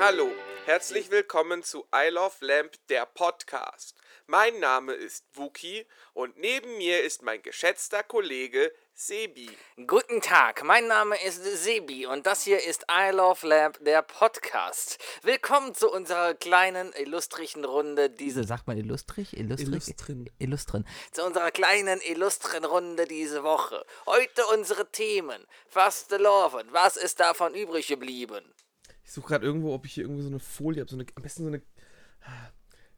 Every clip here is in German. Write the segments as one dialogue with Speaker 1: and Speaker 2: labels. Speaker 1: Hallo, herzlich willkommen zu I Love Lamp, der Podcast. Mein Name ist Wuki und neben mir ist mein geschätzter Kollege Sebi.
Speaker 2: Guten Tag, mein Name ist Sebi und das hier ist I Love Lamp, der Podcast. Willkommen zu unserer kleinen, illustrigen Runde. Diese, sagt man illustrig? Illustrig?
Speaker 3: Illustrin.
Speaker 2: Illustrin. Zu unserer kleinen, illustren Runde diese Woche. Heute unsere Themen. Fast the Love was ist davon übrig geblieben?
Speaker 3: Ich suche gerade irgendwo, ob ich hier irgendwo so eine Folie habe. So eine, am besten so eine.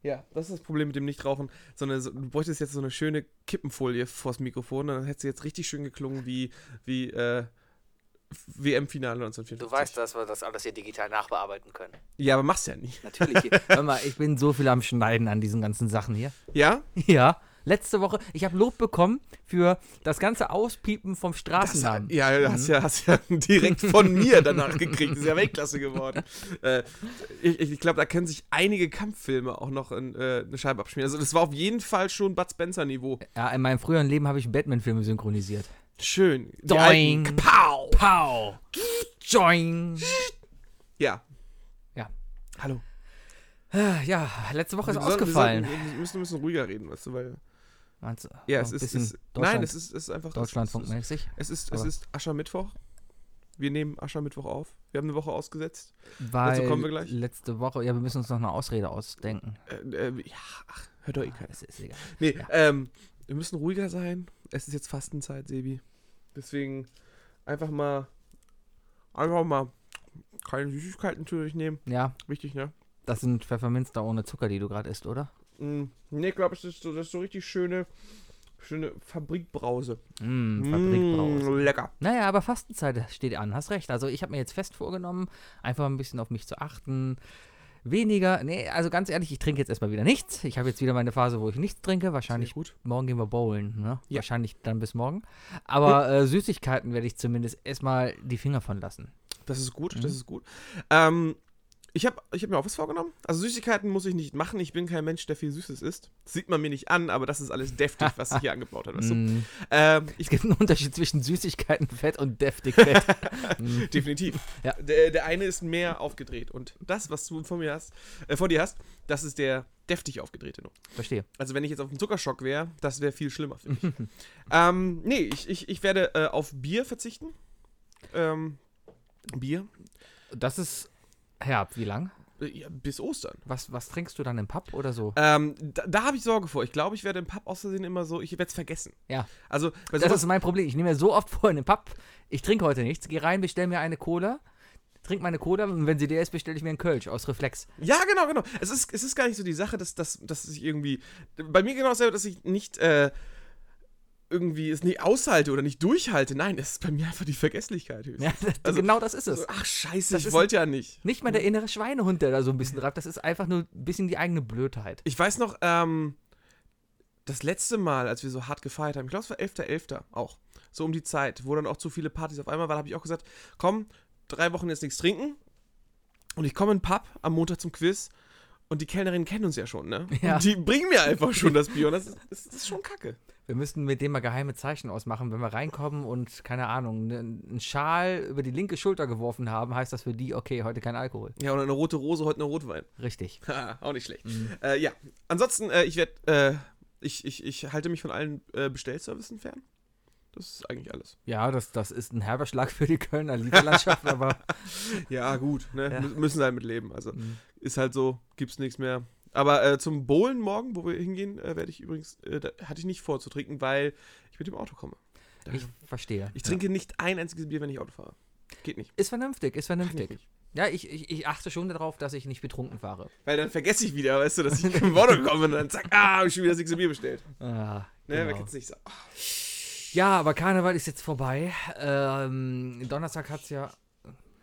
Speaker 3: Ja, das ist das Problem mit dem Nichtrauchen. So eine, so, du bräuchtest jetzt so eine schöne Kippenfolie vors Mikrofon, dann hätte sie jetzt richtig schön geklungen wie, wie äh, WM-Finale 1954.
Speaker 2: Du weißt, dass wir das alles hier digital nachbearbeiten können.
Speaker 3: Ja, aber machst ja nicht.
Speaker 2: Natürlich.
Speaker 4: Hör mal, ich bin so viel am Schneiden an diesen ganzen Sachen hier.
Speaker 3: Ja?
Speaker 4: Ja, letzte Woche, ich habe Lob bekommen für das ganze Auspiepen vom Straßennamen.
Speaker 3: Ja, du
Speaker 4: Mhm.
Speaker 3: hast ja, hast ja direkt von mir danach gekriegt. Ist ja Weltklasse geworden. Äh, ich ich glaube, da können sich einige Kampffilme auch noch in, äh, eine Scheibe abschmieren. Also, das war auf jeden Fall schon Bud Spencer-Niveau.
Speaker 4: Ja, in meinem früheren Leben habe ich Batman-Filme synchronisiert.
Speaker 3: Schön. Die
Speaker 4: Doing.
Speaker 3: alten- Pow!
Speaker 4: Pow! Join!
Speaker 3: Ja.
Speaker 4: Ja.
Speaker 3: Hallo.
Speaker 4: Ja, letzte Woche ist
Speaker 3: Wir sollten- wir
Speaker 4: ausgefallen.
Speaker 3: sollten- Wir müssen ein bisschen ruhiger reden, weißt du, weil.
Speaker 4: Meinst du,
Speaker 3: Ja,
Speaker 4: noch
Speaker 3: es
Speaker 4: ein
Speaker 3: ist.
Speaker 4: bisschen
Speaker 3: es,
Speaker 4: Deutschland,
Speaker 3: nein, es ist, es ist einfach. Es ist,
Speaker 4: Deutschlandfunkmäßig.
Speaker 3: es ist, es
Speaker 4: aber-
Speaker 3: ist Aschermittwoch. Wir nehmen Aschermittwoch auf. Wir haben eine Woche ausgesetzt.
Speaker 4: Weil
Speaker 3: kommen wir gleich.
Speaker 4: letzte Woche, ja, wir müssen uns noch eine Ausrede ausdenken.
Speaker 3: Äh, äh, ja, ach, hört doch eh keiner.
Speaker 4: Das ist egal.
Speaker 3: Nee, ähm, wir müssen ruhiger sein. Es ist jetzt Fastenzeit, Sebi. Deswegen einfach mal. Einfach mal keine Süßigkeiten zu euch nehmen.
Speaker 4: Ja,
Speaker 3: Wichtig, ne?
Speaker 4: das sind Pfefferminster ohne Zucker, die du gerade isst, oder?
Speaker 3: Mm, nee, ich glaube, es ist so, das ist so richtig schöne. Schöne Fabrikbrause.
Speaker 4: Mm, Fabrikbrause.
Speaker 3: Mm, lecker.
Speaker 4: Naja, aber Fastenzeit steht an, hast recht. Also ich habe mir jetzt fest vorgenommen, einfach ein bisschen auf mich zu achten. Weniger, nee, also ganz ehrlich, ich trinke jetzt erstmal wieder nichts. Ich habe jetzt wieder meine Phase, wo ich nichts trinke. Wahrscheinlich,
Speaker 3: Sehr gut.
Speaker 4: morgen gehen wir bowlen, ne?
Speaker 3: Ja.
Speaker 4: Wahrscheinlich dann bis morgen. Aber äh, Süßigkeiten werde ich zumindest erstmal die Finger von lassen.
Speaker 3: Das ist gut, das ist gut. Ähm, ich habe ich hab mir auch was vorgenommen. Also Süßigkeiten muss ich nicht machen. Ich bin kein Mensch, der viel Süßes isst. Das sieht man mir nicht an, aber das ist alles deftig, was sich hier angebaut hat. Weißt du?
Speaker 4: Mm.
Speaker 3: ähm, ich,
Speaker 4: Es gibt einen Unterschied zwischen Süßigkeitenfett und Deftigfett.
Speaker 3: definitiv.
Speaker 4: Ja.
Speaker 3: Der, der eine ist mehr aufgedreht. Und das, was du von mir hast, äh, vor dir hast, das ist der deftig aufgedrehte noch.
Speaker 4: Verstehe.
Speaker 3: Also wenn ich jetzt auf dem Zuckerschock wäre, das wäre viel schlimmer für mich. ähm, nee, ich, ich, ich werde äh, auf Bier verzichten. Ähm, Bier.
Speaker 4: Das ist, ja, wie lang?
Speaker 3: Äh, Ja, bis Ostern.
Speaker 4: Was, was trinkst du dann im Pub oder so?
Speaker 3: Ähm, da da habe ich Sorge vor. Ich glaube, ich werde im Pub aus Versehen immer so, ich werde es vergessen.
Speaker 4: Ja.
Speaker 3: Also, bei
Speaker 4: Das
Speaker 3: sowas,
Speaker 4: ist mein Problem. Ich nehme mir so oft vor in den Pub, ich trinke heute nichts, gehe rein, bestelle mir eine Cola, trinke meine Cola und wenn sie leer ist, bestelle ich mir einen Kölsch aus Reflex.
Speaker 3: ja, genau, genau. Es ist, es ist gar nicht so die Sache, dass, dass, dass ich irgendwie, bei mir genau dasselbe, dass ich nicht, äh, irgendwie es nicht aushalte oder nicht durchhalte. Nein, es ist bei mir einfach die Vergesslichkeit höchstens.
Speaker 4: Ja, das,
Speaker 3: Also-
Speaker 4: genau das ist
Speaker 3: So,
Speaker 4: es.
Speaker 3: Ach, scheiße, ich
Speaker 4: ist-
Speaker 3: wollte ja nicht.
Speaker 4: Nicht mal der innere Schweinehund, der da so ein bisschen reibt, das ist einfach nur ein bisschen die eigene Blödheit.
Speaker 3: Ich weiß noch, ähm, das letzte Mal, als wir so hart gefeiert haben, ich glaube, es war 11.11. auch, so um die Zeit, wo dann auch zu viele Partys auf einmal waren, habe ich auch gesagt, komm, drei Wochen jetzt nichts trinken und ich komme in den Pub am Montag zum Quiz und die Kellnerinnen kennen uns ja schon, ne?
Speaker 4: Ja.
Speaker 3: Und die bringen mir einfach schon das Bier und das ist, das ist schon kacke.
Speaker 4: Wir müssten mit dem mal geheime Zeichen ausmachen, wenn wir reinkommen und, keine Ahnung, ne- einen Schal über die linke Schulter geworfen haben, heißt das für die, okay, heute kein Alkohol.
Speaker 3: Ja, und eine rote Rose, heute eine Rotwein.
Speaker 4: Richtig.
Speaker 3: Ha, auch nicht schlecht. Äh, ja, ansonsten, äh, ich werde, äh, ich, ich, ich halte mich von allen äh, Bestellservicen fern. Das ist eigentlich alles.
Speaker 4: Ja, das, das ist ein herber Schlag für die Kölner Liederlandschaft, aber
Speaker 3: Ja, gut, ne?
Speaker 4: Ja.
Speaker 3: Mü- Müssen halt mit leben. Also
Speaker 4: Mhm.
Speaker 3: ist halt so, gibt's nichts mehr. Aber äh, zum Bowlen morgen, wo wir hingehen, äh, werde ich übrigens, äh, da hatte ich nicht vor zu trinken, weil ich mit dem Auto komme.
Speaker 4: ich verstehe.
Speaker 3: Ich trinke nicht ein einziges Bier, wenn ich Auto fahre. Geht nicht.
Speaker 4: Ist vernünftig, ist
Speaker 3: Kann ich
Speaker 4: vernünftig.
Speaker 3: nicht.
Speaker 4: Ja, ich, ich, ich achte schon darauf, dass ich nicht betrunken fahre.
Speaker 3: Weil dann vergesse ich wieder, weißt du, dass ich im Auto komme und dann zack, ah, hab ich schon wieder das nächste Bier bestellt.
Speaker 4: Ah,
Speaker 3: Ne, wer
Speaker 4: genau.
Speaker 3: kennt's nicht so.
Speaker 4: Ja, aber Karneval ist jetzt vorbei. Ähm, Donnerstag hat's ja.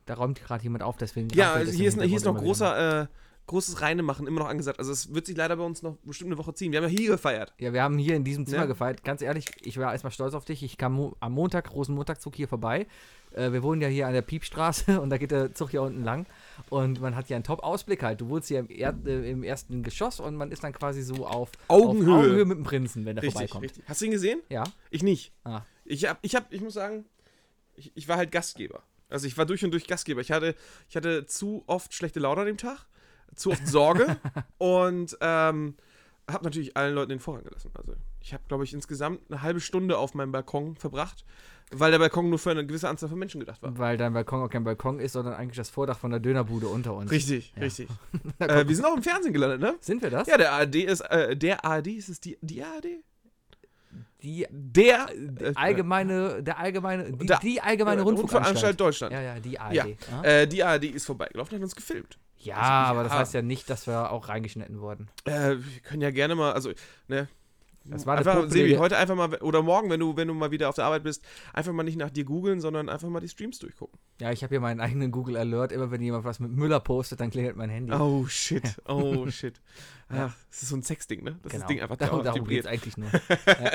Speaker 4: Da räumt gerade jemand auf, deswegen.
Speaker 3: Ja,
Speaker 4: rappelt
Speaker 3: also
Speaker 4: es
Speaker 3: hier
Speaker 4: im
Speaker 3: ist, hier ist noch
Speaker 4: Hintergrund immer wieder
Speaker 3: großer, äh, großes Reinemachen immer noch angesagt. Also es wird sich leider bei uns noch bestimmt eine Woche ziehen. Wir haben ja hier gefeiert.
Speaker 4: mal. Ja, wir haben hier in diesem Zimmer
Speaker 3: Ja.
Speaker 4: gefeiert. Ganz ehrlich, ich war erstmal stolz auf dich. Ich kam mo am Montag, großen Montagszug hier vorbei. Äh, wir wohnen ja hier an der Piepstraße und da geht der Zug hier unten lang. Und man hat hier einen Top-Ausblick halt. Du wohnst hier im, er äh, im ersten Geschoss und man ist dann quasi so auf
Speaker 3: Augenhöhe.
Speaker 4: auf Augenhöhe mit dem Prinzen, wenn der
Speaker 3: Richtig,
Speaker 4: vorbeikommt.
Speaker 3: richtig. Hast du ihn gesehen?
Speaker 4: Ja.
Speaker 3: Ich nicht.
Speaker 4: Ah.
Speaker 3: Ich hab, ich hab, ich muss sagen, ich, ich war halt Gastgeber. Also ich war durch und durch Gastgeber. Ich hatte, ich hatte zu oft schlechte Laune an dem Tag, zu oft Sorge und ähm, habe natürlich allen Leuten den Vorrang gelassen. Also ich habe, glaube ich, insgesamt eine halbe Stunde auf meinem Balkon verbracht, weil der Balkon nur für eine gewisse Anzahl von Menschen gedacht war.
Speaker 4: Weil dein Balkon auch kein Balkon ist, sondern eigentlich das Vordach von der Dönerbude unter uns.
Speaker 3: Richtig, richtig. äh, wir sind auch im Fernsehen gelandet, ne?
Speaker 4: Sind wir das?
Speaker 3: Ja, der ARD ist, äh, der ARD, ist es die, die ARD?
Speaker 4: Die
Speaker 3: Der, äh,
Speaker 4: allgemeine, der allgemeine, die,
Speaker 3: Da-
Speaker 4: die allgemeine
Speaker 3: äh, Rundfunkanstalt
Speaker 4: Rundfunkanstalt.
Speaker 3: Deutschland.
Speaker 4: Ja, ja, die ARD.
Speaker 3: Ja,
Speaker 4: Ja,
Speaker 3: äh, die ARD ist vorbeigelaufen, hat uns gefilmt.
Speaker 4: ne? ja
Speaker 3: also,
Speaker 4: aber das
Speaker 3: ja.
Speaker 4: heißt ja nicht, dass wir auch reingeschnitten wurden.
Speaker 3: Äh, wir können ja gerne mal, also, ne.
Speaker 4: Das war eine
Speaker 3: einfach,
Speaker 4: populäre-
Speaker 3: Sebi, heute einfach mal, oder morgen, wenn du, wenn du mal wieder auf der Arbeit bist, einfach mal nicht nach dir googeln, sondern einfach mal die Streams durchgucken.
Speaker 4: Ja, ich habe hier meinen eigenen Google Alert. Immer wenn jemand was mit Müller postet, dann klingelt mein Handy.
Speaker 3: Oh shit, oh shit. Ach, das ist so ein Sexding, ne? Dass das Ding einfach dauerhaft
Speaker 4: darum, Genau. darum
Speaker 3: vibriert.
Speaker 4: geht es eigentlich nur. ja,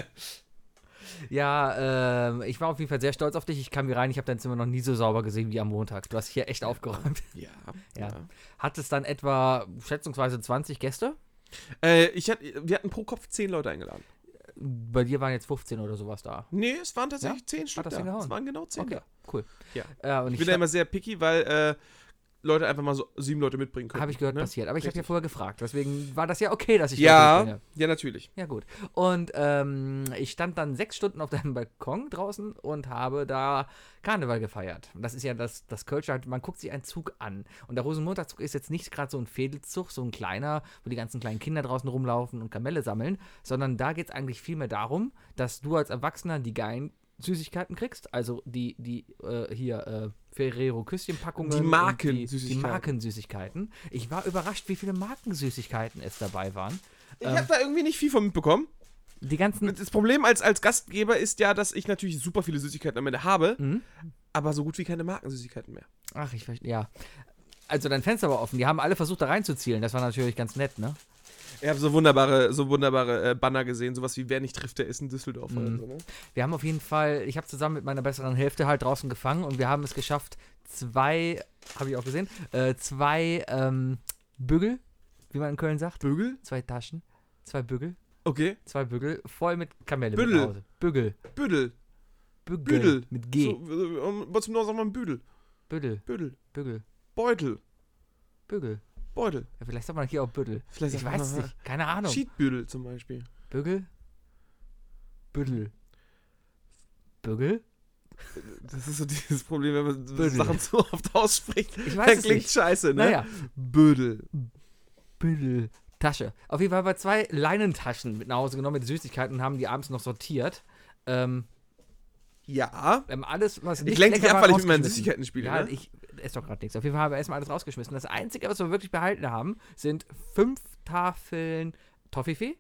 Speaker 4: ja ähm, ich war auf jeden Fall sehr stolz auf dich. Ich kam hier rein, ich habe dein Zimmer noch nie so sauber gesehen wie am Montag. Du hast hier echt aufgeräumt.
Speaker 3: Ja,
Speaker 4: Ja.
Speaker 3: ja.
Speaker 4: Hat es dann etwa schätzungsweise 20 Gäste?
Speaker 3: Äh, ich hatte, wir hatten pro Kopf zehn Leute eingeladen.
Speaker 4: Bei dir waren jetzt 15 oder sowas da.
Speaker 3: Nee, es waren tatsächlich zehn Stück
Speaker 4: das
Speaker 3: da.
Speaker 4: hingehauen?
Speaker 3: Es waren genau zehn
Speaker 4: Okay,
Speaker 3: da.
Speaker 4: cool.
Speaker 3: Ja.
Speaker 4: Äh, und
Speaker 3: Ich
Speaker 4: ich
Speaker 3: bin da immer sehr picky, weil äh, Leute einfach mal so sieben Leute mitbringen können.
Speaker 4: habe ich gehört
Speaker 3: ne?
Speaker 4: passiert. Aber ich habe ja
Speaker 3: Richtig.
Speaker 4: vorher gefragt. Deswegen war das ja okay, dass ich Leute mitbringe.
Speaker 3: Ja, ja, natürlich.
Speaker 4: Ja, gut. Und ähm, ich stand dann sechs Stunden auf deinem Balkon draußen und habe da Karneval gefeiert. Und das ist ja das, das Kölsche, halt, man guckt sich einen Zug an. Und der Rosenmontagszug ist jetzt nicht gerade so ein Fädelzug, so ein kleiner, wo die ganzen kleinen Kinder draußen rumlaufen und Kamelle sammeln, sondern da geht es eigentlich vielmehr darum, dass du als Erwachsener die geilen Süßigkeiten kriegst, also die, die äh, hier äh, Ferrero Küsschenpackungen.
Speaker 3: Die
Speaker 4: und Die, die
Speaker 3: Markensüßigkeiten.
Speaker 4: Markensüßigkeiten. Ich war überrascht, wie viele Markensüßigkeiten es dabei waren.
Speaker 3: Ich
Speaker 4: Ähm.
Speaker 3: habe da irgendwie nicht viel von mitbekommen.
Speaker 4: Die ganzen
Speaker 3: Das Problem als, als Gastgeber ist ja, dass ich natürlich super viele Süßigkeiten am Ende habe,
Speaker 4: Mhm.
Speaker 3: aber so gut wie keine Markensüßigkeiten mehr.
Speaker 4: Ach, ich verstehe. Ja. Also dein Fenster war offen. Die haben alle versucht, da reinzuzielen. Das war natürlich ganz nett, ne?
Speaker 3: Ich habe so wunderbare, so wunderbare äh, Banner gesehen, sowas wie Wer nicht trifft, der ist in Düsseldorf
Speaker 4: Mhm.
Speaker 3: oder so. Ne?
Speaker 4: Wir haben auf jeden Fall, ich habe zusammen mit meiner besseren Hälfte halt draußen gefangen und wir haben es geschafft, zwei, habe ich auch gesehen, äh, zwei ähm, Bügel, wie man in Köln sagt.
Speaker 3: Bögel?
Speaker 4: Zwei Taschen, zwei Bügel,
Speaker 3: Okay.
Speaker 4: zwei Bügel, voll mit Kamelle mit
Speaker 3: Büdel.
Speaker 4: nach Hause. Bügel.
Speaker 3: Büdel.
Speaker 4: Bügel.
Speaker 3: Büdel.
Speaker 4: Mit G.
Speaker 3: So, äh, um, was zum Norden sagen wir Büdel.
Speaker 4: Büdel.
Speaker 3: Büdel.
Speaker 4: Bügel.
Speaker 3: Beutel.
Speaker 4: Bügel.
Speaker 3: Beutel.
Speaker 4: Ja, vielleicht sagt man hier auch Büdel.
Speaker 3: Vielleicht
Speaker 4: ich
Speaker 3: sagt man
Speaker 4: weiß es
Speaker 3: auch-
Speaker 4: nicht. Keine Ahnung.
Speaker 3: Cheatbüdel zum Beispiel.
Speaker 4: Bügel. Büdel. Bügel?
Speaker 3: Das ist so dieses Problem, wenn man so
Speaker 4: Büdel.
Speaker 3: Sachen so oft ausspricht.
Speaker 4: Ich weiß
Speaker 3: dann
Speaker 4: es
Speaker 3: klingt
Speaker 4: nicht.
Speaker 3: scheiße, ne?
Speaker 4: Naja.
Speaker 3: Büdel.
Speaker 4: Bündel Tasche. Auf jeden Fall haben wir zwei Leinentaschen mit nach Hause genommen mit Süßigkeiten und haben die abends noch sortiert. Ähm,
Speaker 3: Ja.
Speaker 4: wir haben alles, was nicht
Speaker 3: Ich lenke dich
Speaker 4: lecker
Speaker 3: ab, weil
Speaker 4: war,
Speaker 3: ich mit meinen
Speaker 4: rausgeschmissen.
Speaker 3: Süßigkeiten spiele.
Speaker 4: Ja,
Speaker 3: ne?
Speaker 4: ich esse doch gerade nichts. Auf jeden Fall haben wir erstmal alles rausgeschmissen. Das Einzige, was wir wirklich behalten haben, sind fünf Tafeln Toffifee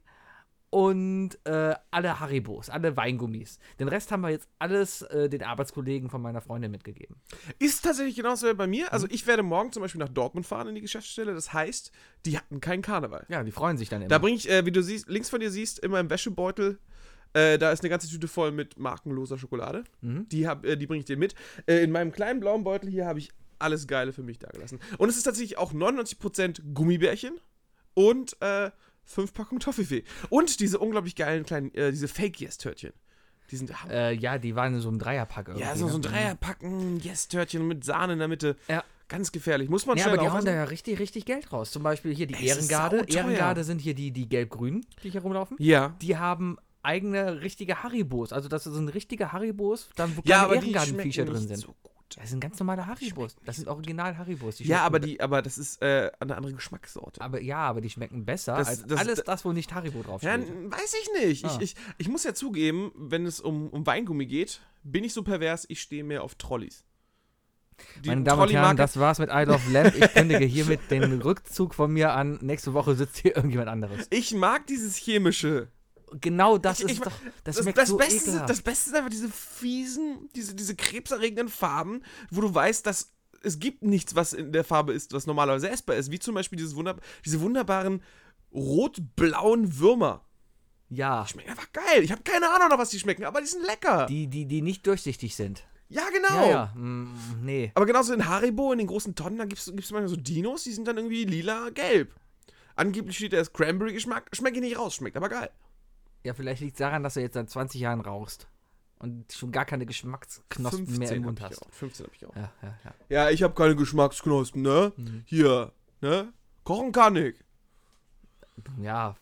Speaker 4: und äh, alle Haribos, alle Weingummis. Den Rest haben wir jetzt alles äh, den Arbeitskollegen von meiner Freundin mitgegeben.
Speaker 3: Ist tatsächlich genauso wie bei mir. Also ich werde morgen zum Beispiel nach Dortmund fahren in die Geschäftsstelle. Das heißt, die hatten keinen Karneval.
Speaker 4: Ja, die freuen sich dann immer.
Speaker 3: Da bringe ich, äh, wie du siehst, links von dir siehst, immer im Wäschebeutel. Äh, da ist eine ganze Tüte voll mit markenloser Schokolade. Die, hab- äh, die bringe ich dir mit. Äh, in meinem kleinen blauen Beutel hier habe ich alles Geile für mich dagelassen. Und es ist tatsächlich auch 99% Gummibärchen und äh, fünf Packungen Toffifee. Und diese unglaublich geilen kleinen, äh, diese Fake-Yes-Törtchen. Die sind der Hammer.
Speaker 4: äh, ja, die waren in so einem Dreierpack irgendwie.
Speaker 3: Ja, so, so ein
Speaker 4: ne?
Speaker 3: Dreierpacken, Yes-Törtchen mit Sahne in der Mitte.
Speaker 4: Ja.
Speaker 3: Ganz gefährlich. Muss man
Speaker 4: Ja,
Speaker 3: schnell
Speaker 4: aber die hauen
Speaker 3: aufpassen.
Speaker 4: da ja richtig, richtig Geld raus. Zum Beispiel hier die
Speaker 3: Ey, es ist
Speaker 4: Ehrengarde.
Speaker 3: sauteuer.
Speaker 4: Ehrengarde sind hier die, die gelb-grünen, die hier rumlaufen.
Speaker 3: Ja.
Speaker 4: Die haben eigene richtige Haribos. Also das sind richtige Haribos, dann wo
Speaker 3: Ja,
Speaker 4: kleine
Speaker 3: aber die
Speaker 4: Ehrengarden-Viecher
Speaker 3: schmecken
Speaker 4: drin
Speaker 3: nicht
Speaker 4: sind.
Speaker 3: so gut.
Speaker 4: Das sind ganz normale Haribos. Das sind original Haribos. Die
Speaker 3: Ja,
Speaker 4: schmecken
Speaker 3: aber,
Speaker 4: be-
Speaker 3: die, aber das ist äh, eine andere Geschmackssorte.
Speaker 4: Aber, ja, aber die schmecken besser
Speaker 3: Das-
Speaker 4: als
Speaker 3: das-
Speaker 4: alles das, wo nicht Haribo
Speaker 3: Ja,
Speaker 4: draufsteht.
Speaker 3: n- weiß ich nicht.
Speaker 4: Ah.
Speaker 3: Ich, ich, ich muss ja zugeben, wenn es um, um Weingummi geht, bin ich so pervers, ich stehe mehr auf Trolleys. Die
Speaker 4: Meine Damen und
Speaker 3: Trolley-Marke-
Speaker 4: Herren, das war's mit I Love Lamp. Ich kündige hiermit den Rückzug von mir an. Nächste Woche sitzt hier irgendjemand anderes.
Speaker 3: ich mag dieses chemische.
Speaker 4: Genau das
Speaker 3: Ich- ich
Speaker 4: ist
Speaker 3: mach-
Speaker 4: doch.
Speaker 3: Das,
Speaker 4: Das,
Speaker 3: das,
Speaker 4: schmeckt so
Speaker 3: Beste, sind-
Speaker 4: ekelhaft.
Speaker 3: das Beste sind einfach diese fiesen, diese, diese krebserregenden Farben, wo du weißt, dass es gibt nichts, was in der Farbe ist, was normalerweise essbar ist. Wie zum Beispiel dieses wunder diese wunderbaren rot-blauen Würmer.
Speaker 4: ja,
Speaker 3: Die schmecken einfach geil. Ich habe keine Ahnung, nach was die schmecken, aber die sind lecker.
Speaker 4: die, die, die nicht durchsichtig sind.
Speaker 3: ja, genau.
Speaker 4: Ja, ja. Mm, nee.
Speaker 3: Aber genauso in Haribo, in den großen Tonnen, da gibt es manchmal so Dinos, die sind dann irgendwie lila-gelb. Angeblich steht da ist Cranberry-Geschmack, schmeckt ich nicht raus, schmeckt aber geil.
Speaker 4: Ja, vielleicht liegt es daran, dass du jetzt seit 20 Jahren rauchst. und schon gar keine Geschmacksknospen
Speaker 3: 15
Speaker 4: mehr im
Speaker 3: hab
Speaker 4: Mund
Speaker 3: ich
Speaker 4: hast.
Speaker 3: auch. 15 hab ich auch.
Speaker 4: Ja, ja, ja.
Speaker 3: Ja, ich habe keine Geschmacksknospen, ne? Hier, ne? Kochen kann ich.
Speaker 4: ja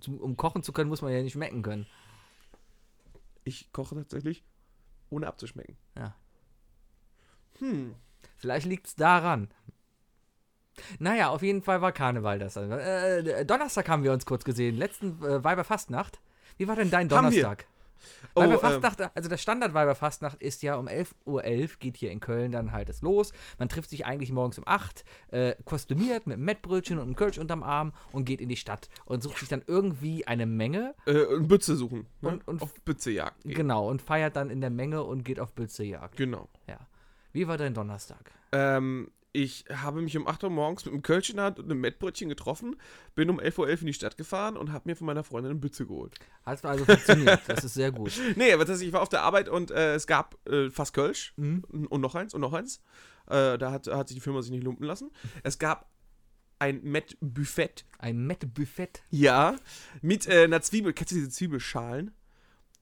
Speaker 4: zum, um kochen zu können, muss man ja nicht schmecken können.
Speaker 3: Ich koche tatsächlich, ohne abzuschmecken.
Speaker 4: Ja.
Speaker 3: Hm.
Speaker 4: Vielleicht liegt es daran. Naja, auf jeden Fall war Karneval das. Äh, Donnerstag haben wir uns kurz gesehen. Letzten äh, Weiberfastnacht. Wie war denn dein
Speaker 3: Haben wir.
Speaker 4: Donnerstag?
Speaker 3: Oh, ähm,
Speaker 4: Weiberfastnacht, also der Standard-Weiberfastnacht ist ja um 11.11 Uhr, geht hier in Köln dann halt es los. Man trifft sich eigentlich morgens um 8, äh, kostümiert mit einem Mettbrötchen und einem Kölsch unterm Arm und geht in die Stadt und sucht sich dann irgendwie eine Menge,
Speaker 3: äh, und Bütze suchen. Ne?
Speaker 4: Und- und-
Speaker 3: auf Bütze jagen. gehen.
Speaker 4: genau, und feiert dann in der Menge und geht auf Bützejagd.
Speaker 3: Genau.
Speaker 4: Ja. Wie war dein Donnerstag?
Speaker 3: Ähm, ich habe mich um 8 Uhr morgens mit einem Kölsch in der Hand und einem Mettbrötchen getroffen, bin um 11.11 Uhr in die Stadt gefahren und habe mir von meiner Freundin eine Bütze geholt.
Speaker 4: Hat also funktioniert, das ist sehr gut.
Speaker 3: Nee, aber tatsächlich, ich war auf der Arbeit und äh, es gab äh, fast Kölsch und und noch eins und noch eins. Äh, da hat, hat sich die Firma sich nicht lumpen lassen. Es gab ein Met-Buffet.
Speaker 4: Ein Met-Buffet.
Speaker 3: Ja. Mit äh, einer Zwiebel. Kennst du diese Zwiebelschalen?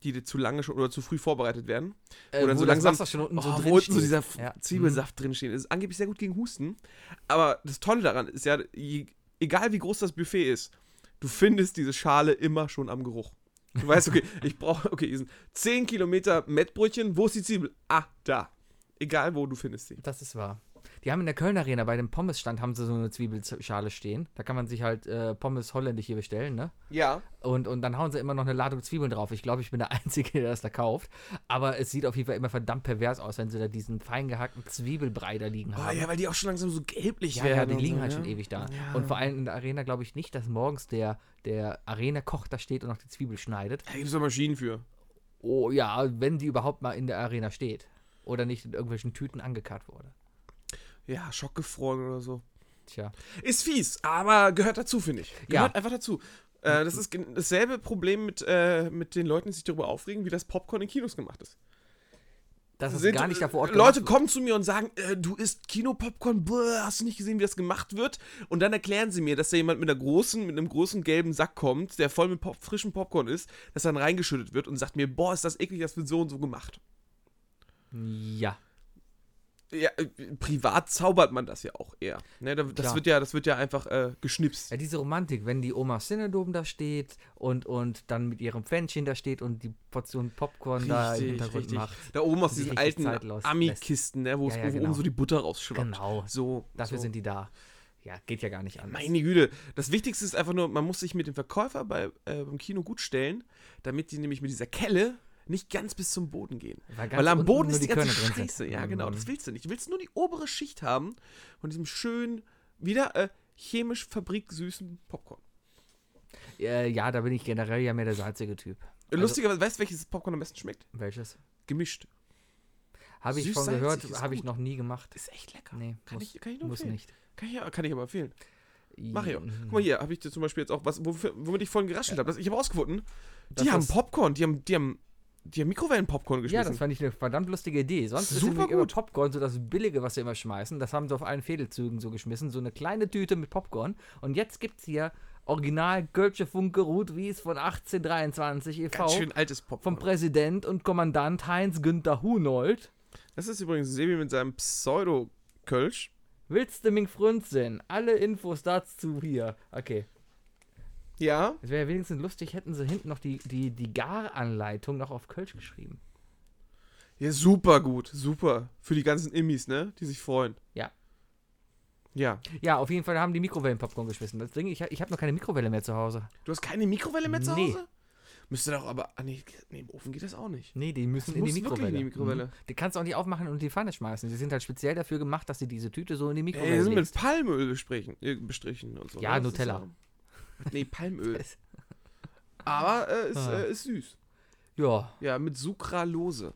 Speaker 3: Die dir zu lange schon oder zu früh vorbereitet werden.
Speaker 4: Äh,
Speaker 3: Oder
Speaker 4: wo
Speaker 3: so
Speaker 4: das
Speaker 3: langsam.
Speaker 4: Wasser schon unten so
Speaker 3: oh,
Speaker 4: drin
Speaker 3: wo unten so
Speaker 4: steht.
Speaker 3: dieser F-
Speaker 4: Ja. Mhm.
Speaker 3: Zwiebelsaft drinstehen. Das ist angeblich sehr gut gegen Husten. Aber das Tolle daran ist ja, je, egal wie groß das Buffet ist, du findest diese Schale immer schon am Geruch. Du weißt, okay, ich brauche, okay, hier sind 10 Kilometer Mettbrötchen. Wo ist die Zwiebel? Ah, da. Egal wo, du findest sie.
Speaker 4: Das ist wahr. Die haben in der Köln Arena bei dem Pommesstand haben sie so eine Zwiebelschale stehen. Da kann man sich halt äh, Pommes holländisch hier bestellen, ne?
Speaker 3: Ja.
Speaker 4: Und, und dann hauen sie immer noch eine Ladung Zwiebeln drauf. Ich glaube, ich bin der Einzige, der das da kauft. Aber es sieht auf jeden Fall immer verdammt pervers aus, wenn sie da diesen fein gehackten Zwiebelbrei da liegen
Speaker 3: Oh,
Speaker 4: haben.
Speaker 3: ja, weil die auch schon langsam so gelblich
Speaker 4: Ja,
Speaker 3: werden.
Speaker 4: ja, die
Speaker 3: und
Speaker 4: liegen
Speaker 3: so, ne?
Speaker 4: halt
Speaker 3: ja.
Speaker 4: schon ewig da.
Speaker 3: Ja.
Speaker 4: Und vor allem in der Arena glaube ich nicht, dass morgens der, der Arena-Koch da steht und noch die Zwiebel schneidet.
Speaker 3: Da gibt es doch Maschinen für.
Speaker 4: Oh ja, wenn die überhaupt mal in der Arena steht. Oder nicht in irgendwelchen Tüten angekarrt wurde.
Speaker 3: Ja, schockgefroren oder so.
Speaker 4: Tja.
Speaker 3: Ist fies, aber gehört dazu, finde ich. Gehört
Speaker 4: Ja.
Speaker 3: einfach dazu. Äh, das ist gen- dasselbe Problem mit, äh, mit den Leuten, die sich darüber aufregen, wie das Popcorn in Kinos gemacht ist.
Speaker 4: Das ist
Speaker 3: Sind- äh,
Speaker 4: gar nicht da vor Ort
Speaker 3: Leute
Speaker 4: gemacht.
Speaker 3: kommen zu mir und sagen, äh, du isst Kinopopcorn, bleh, hast du nicht gesehen, wie das gemacht wird? Und dann erklären sie mir, dass da jemand mit einer großen, mit einem großen gelben Sack kommt, der voll mit Pop frischem Popcorn ist, das dann reingeschüttet wird und sagt mir, boah, ist das eklig, das wird so und so gemacht.
Speaker 4: Ja.
Speaker 3: Ja, äh, privat zaubert man das ja auch eher. Ne, da, das,
Speaker 4: Klar.
Speaker 3: wird ja, das wird ja einfach äh, geschnipst.
Speaker 4: ja. Diese Romantik, wenn die Oma Synodom da steht und, und dann mit ihrem Pfännchen da steht und die Portion Popcorn da im Hintergrund macht.
Speaker 3: Da oben aus
Speaker 4: Und sich
Speaker 3: diesen
Speaker 4: richtig
Speaker 3: alten
Speaker 4: zeitlos
Speaker 3: Ami-Kisten, ne, wo es
Speaker 4: Ja, ja,
Speaker 3: wo
Speaker 4: genau.
Speaker 3: oben so die Butter rausschwappt.
Speaker 4: Genau.
Speaker 3: So,
Speaker 4: Dafür
Speaker 3: so.
Speaker 4: sind die da. Ja, geht ja gar nicht anders.
Speaker 3: Meine Güte, das Wichtigste ist einfach nur, man muss sich mit dem Verkäufer bei, äh, beim Kino gut stellen, damit die nämlich mit dieser Kelle nicht ganz bis zum Boden gehen.
Speaker 4: Weil ganz
Speaker 3: Weil am
Speaker 4: unten
Speaker 3: Boden
Speaker 4: nur
Speaker 3: ist die
Speaker 4: die
Speaker 3: ganze
Speaker 4: Körner drin sind.
Speaker 3: Scheiße. Ja,
Speaker 4: Mhm.
Speaker 3: genau, das willst du nicht. Du willst nur die obere Schicht haben von diesem schönen, wieder äh, chemisch fabriksüßen Popcorn.
Speaker 4: Äh, ja, da bin ich generell ja mehr der salzige Typ. Also,
Speaker 3: Lustigerweise, weißt du, welches Popcorn am besten schmeckt?
Speaker 4: Welches?
Speaker 3: Gemischt.
Speaker 4: Habe ich schon
Speaker 3: Süß-salzig
Speaker 4: gehört,
Speaker 3: ist
Speaker 4: habe ich
Speaker 3: gut.
Speaker 4: noch nie gemacht.
Speaker 3: Ist echt lecker.
Speaker 4: Nee,
Speaker 3: kann,
Speaker 4: muss,
Speaker 3: ich, kann ich nur
Speaker 4: muss
Speaker 3: empfehlen.
Speaker 4: nicht.
Speaker 3: Kann ich, kann ich aber empfehlen. Mach ich auch.
Speaker 4: Mhm.
Speaker 3: Guck mal hier, habe ich dir zum Beispiel jetzt auch was, wofür, womit ich vorhin geraschelt habe. Ich habe ausgefunden, die
Speaker 4: Das
Speaker 3: haben
Speaker 4: ist-
Speaker 3: Popcorn, die haben, die haben, die haben Mikrowellen-Popcorn
Speaker 4: Ja,
Speaker 3: geschmissen.
Speaker 4: das fand ich eine verdammt lustige Idee. Sonst ist nämlich
Speaker 3: Super
Speaker 4: immer
Speaker 3: gut.
Speaker 4: Popcorn so das Billige, was sie immer schmeißen. Das haben sie auf allen Fädelzügen so geschmissen. So eine kleine Tüte mit Popcorn. Und jetzt gibt's hier Original Kölsche Funke Rudwies von 1823 e.V.
Speaker 3: Ganz schön altes
Speaker 4: vom
Speaker 3: Popcorn.
Speaker 4: Präsident und Kommandant Heinz Günther Hunold.
Speaker 3: Das ist übrigens Sebi mit seinem Pseudo-Kölsch.
Speaker 4: Willst du mich Frünzen? Alle Infos dazu hier. Okay.
Speaker 3: Ja.
Speaker 4: Es wäre ja wenigstens lustig, hätten sie hinten noch die, die, die Garanleitung noch auf Kölsch geschrieben.
Speaker 3: Ja, super gut, super. Für die ganzen Immis, ne, die sich freuen.
Speaker 4: Ja.
Speaker 3: Ja.
Speaker 4: Ja, auf jeden Fall haben die Mikrowellen-Popcorn geschmissen. Das Ding, ich, hab- ich habe noch keine Mikrowelle mehr zu Hause.
Speaker 3: Du hast keine Mikrowelle mehr zu
Speaker 4: Nee.
Speaker 3: Hause? Müsste doch aber, ah, nee, nee, im Ofen geht das auch nicht.
Speaker 4: Nee, die müssen
Speaker 3: Das
Speaker 4: in die
Speaker 3: muss wirklich
Speaker 4: Mikrowelle.
Speaker 3: in die Mikrowelle.
Speaker 4: Mhm. Die kannst du auch nicht aufmachen und in die Pfanne schmeißen. Die sind halt speziell dafür gemacht, dass sie diese Tüte so in die
Speaker 3: Ey, wir
Speaker 4: Mikrowelle
Speaker 3: Äh, sind mit
Speaker 4: legst.
Speaker 3: Palmöl besprechen, äh, bestrichen und so.
Speaker 4: Ja,
Speaker 3: Das ist
Speaker 4: Nutella.
Speaker 3: ja- Nee, Palmöl. Aber äh, ist,
Speaker 4: Ah.
Speaker 3: äh, ist süß.
Speaker 4: Ja,
Speaker 3: Ja, mit Sucralose.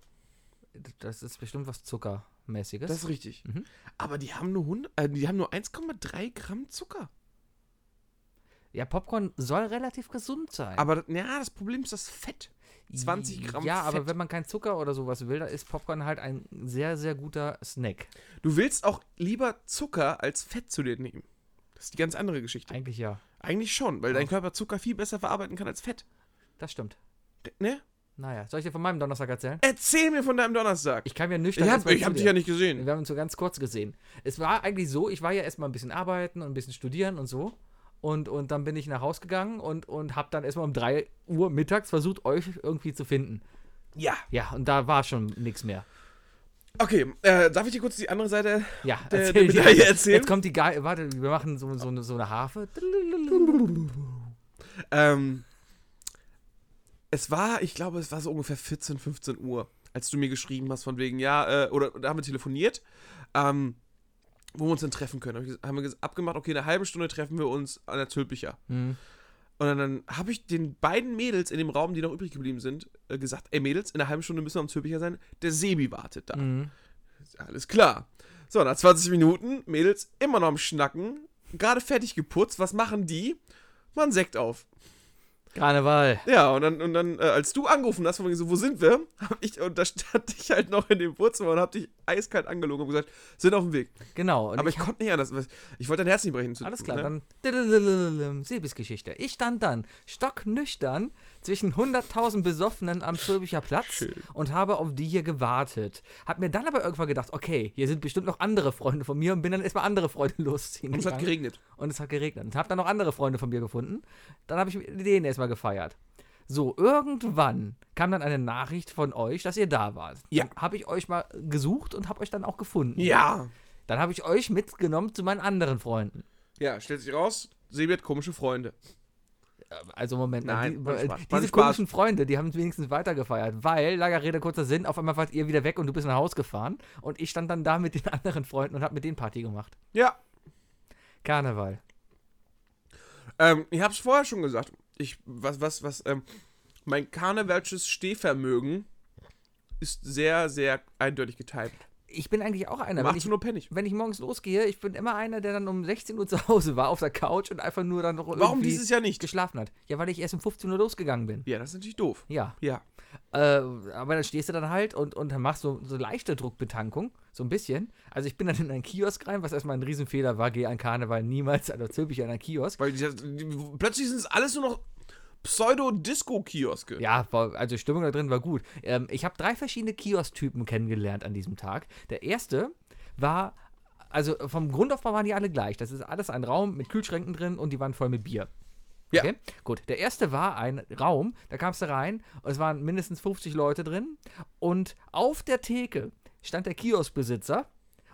Speaker 4: das ist bestimmt was Zuckermäßiges.
Speaker 3: Das ist richtig.
Speaker 4: Mhm.
Speaker 3: Aber die haben nur 100, äh, die haben nur 1,3 Gramm Zucker.
Speaker 4: ja, Popcorn soll relativ gesund sein.
Speaker 3: Aber ja, das Problem ist das Fett. 20 Gramm
Speaker 4: Ja, aber
Speaker 3: Fett.
Speaker 4: wenn man kein Zucker oder sowas will, dann ist Popcorn halt ein sehr, sehr guter Snack.
Speaker 3: Du willst auch lieber Zucker als Fett zu dir nehmen. Das ist die ganz andere Geschichte.
Speaker 4: Eigentlich ja. Oh.
Speaker 3: Eigentlich schon, weil dein Körper Zucker viel besser verarbeiten kann als Fett.
Speaker 4: Das stimmt.
Speaker 3: D- Ne?
Speaker 4: Naja, soll ich dir von meinem Donnerstag erzählen?
Speaker 3: Erzähl mir von deinem Donnerstag.
Speaker 4: Ich kam ja nüchtern.
Speaker 3: Ich, hab,
Speaker 4: erstmal
Speaker 3: ich
Speaker 4: zu
Speaker 3: hab dich
Speaker 4: dir.
Speaker 3: ja nicht gesehen.
Speaker 4: Wir haben uns so ganz kurz gesehen. Es war eigentlich so, ich war ja erstmal ein bisschen arbeiten und ein bisschen studieren und so. Und, und dann bin ich nach Hause gegangen und, und habe dann erstmal um 3 Uhr mittags versucht, euch irgendwie zu finden.
Speaker 3: Ja.
Speaker 4: Ja, und da war schon nichts mehr.
Speaker 3: Okay, äh, darf ich dir kurz die andere Seite
Speaker 4: Ja,
Speaker 3: der,
Speaker 4: erzähl
Speaker 3: der
Speaker 4: dir.
Speaker 3: Medaille erzählen?
Speaker 4: Jetzt kommt die Geil. Warte, wir machen so, so, eine, so eine Harfe.
Speaker 3: Ähm, es war, ich glaube, es war so ungefähr 14, 15 Uhr, als du mir geschrieben hast, von wegen, ja, äh, oder da haben wir telefoniert, ähm, wo wir uns dann treffen können. Hab ich ges- Haben wir ges- abgemacht, okay, eine halbe Stunde treffen wir uns an der Tülpicher.
Speaker 4: Mhm.
Speaker 3: Und dann, dann habe ich den beiden Mädels in dem Raum, die noch übrig geblieben sind, äh, gesagt, ey Mädels, in einer halben Stunde müssen wir am Zülpicher sein, der Sebi wartet da.
Speaker 4: Mhm.
Speaker 3: Alles klar. So, nach 20 Minuten, Mädels immer noch am Schnacken, gerade fertig geputzt, was machen die? Man Sekt auf.
Speaker 4: Karneval.
Speaker 3: Ja, und dann, und dann äh, als du angerufen hast, von wegen so, wo sind wir? Hab ich, und da stand ich halt noch in dem Wohnzimmer und hab dich eiskalt angelogen und gesagt, sind auf dem Weg.
Speaker 4: Genau. Und
Speaker 3: Aber ich, konnte nicht anders. weil Ich wollte dein Herz nicht brechen. zu-
Speaker 4: Alles klar,
Speaker 3: ne?
Speaker 4: dann Sebis-Geschichte. Ich stand dann stocknüchtern zwischen 100.000 Besoffenen am Zülpicher Platz und habe auf die hier gewartet. Hab mir dann aber irgendwann gedacht, okay, hier sind bestimmt noch andere Freunde von mir und bin dann erstmal andere Freunde losziehen.
Speaker 3: Und es hat
Speaker 4: gegangen.
Speaker 3: geregnet.
Speaker 4: Und es hat geregnet. Und habe dann noch andere Freunde von mir gefunden. Dann habe ich mit denen erstmal gefeiert. So, irgendwann kam dann eine Nachricht von euch, dass ihr da wart.
Speaker 3: Ja.
Speaker 4: Habe ich euch mal gesucht und habe euch dann auch gefunden.
Speaker 3: Ja.
Speaker 4: Dann habe ich euch mitgenommen zu meinen anderen Freunden.
Speaker 3: Ja, stellt sich raus, Sebi hat komische Freunde.
Speaker 4: Also Moment, mal,
Speaker 3: Nein, war
Speaker 4: die,
Speaker 3: ein Spaß,
Speaker 4: diese
Speaker 3: war ein Spaß.
Speaker 4: komischen Freunde, die haben es wenigstens weitergefeiert, weil, langer Rede, kurzer Sinn, auf einmal wart ihr wieder weg und du bist nach Haus gefahren und ich stand dann da mit den anderen Freunden und hab mit denen Party gemacht.
Speaker 3: Ja.
Speaker 4: Karneval.
Speaker 3: Ähm, ich hab's vorher schon gesagt. Ich, was, was, was, ähm, mein karnevalsches Stehvermögen ist sehr, sehr eindeutig geteilt.
Speaker 4: Ich bin eigentlich auch einer,
Speaker 3: Um
Speaker 4: wenn ich,
Speaker 3: 18 Uhr pennig.
Speaker 4: wenn ich morgens losgehe, ich bin immer einer, der dann um 16 Uhr zu Hause war auf der Couch und einfach nur dann noch
Speaker 3: Warum
Speaker 4: irgendwie
Speaker 3: dieses Jahr nicht?
Speaker 4: geschlafen hat. Ja, weil ich erst um 15 Uhr losgegangen bin.
Speaker 3: Ja, das ist natürlich doof.
Speaker 4: Ja,
Speaker 3: Ja.
Speaker 4: äh, aber dann stehst du dann halt und, und dann machst du so leichte Druckbetankung, so ein bisschen. Also ich bin dann in einen Kiosk rein, was erstmal ein Riesenfehler war, gehe an Karneval niemals, also zülpig an einen Kiosk.
Speaker 3: Weil die, die, plötzlich sind es alles nur noch Pseudo-Disco-Kioske.
Speaker 4: Ja, war, also die Stimmung da drin war gut. Ähm, ich habe drei verschiedene Kiosk-Typen kennengelernt an diesem Tag. Der erste war, also vom Grundaufbau waren die alle gleich. Das ist alles ein Raum mit Kühlschränken drin und die waren voll mit Bier.
Speaker 3: Ja.
Speaker 4: Okay, gut. Der erste war ein Raum, da kamst du rein und es waren mindestens 50 Leute drin und auf der Theke stand der Kioskbesitzer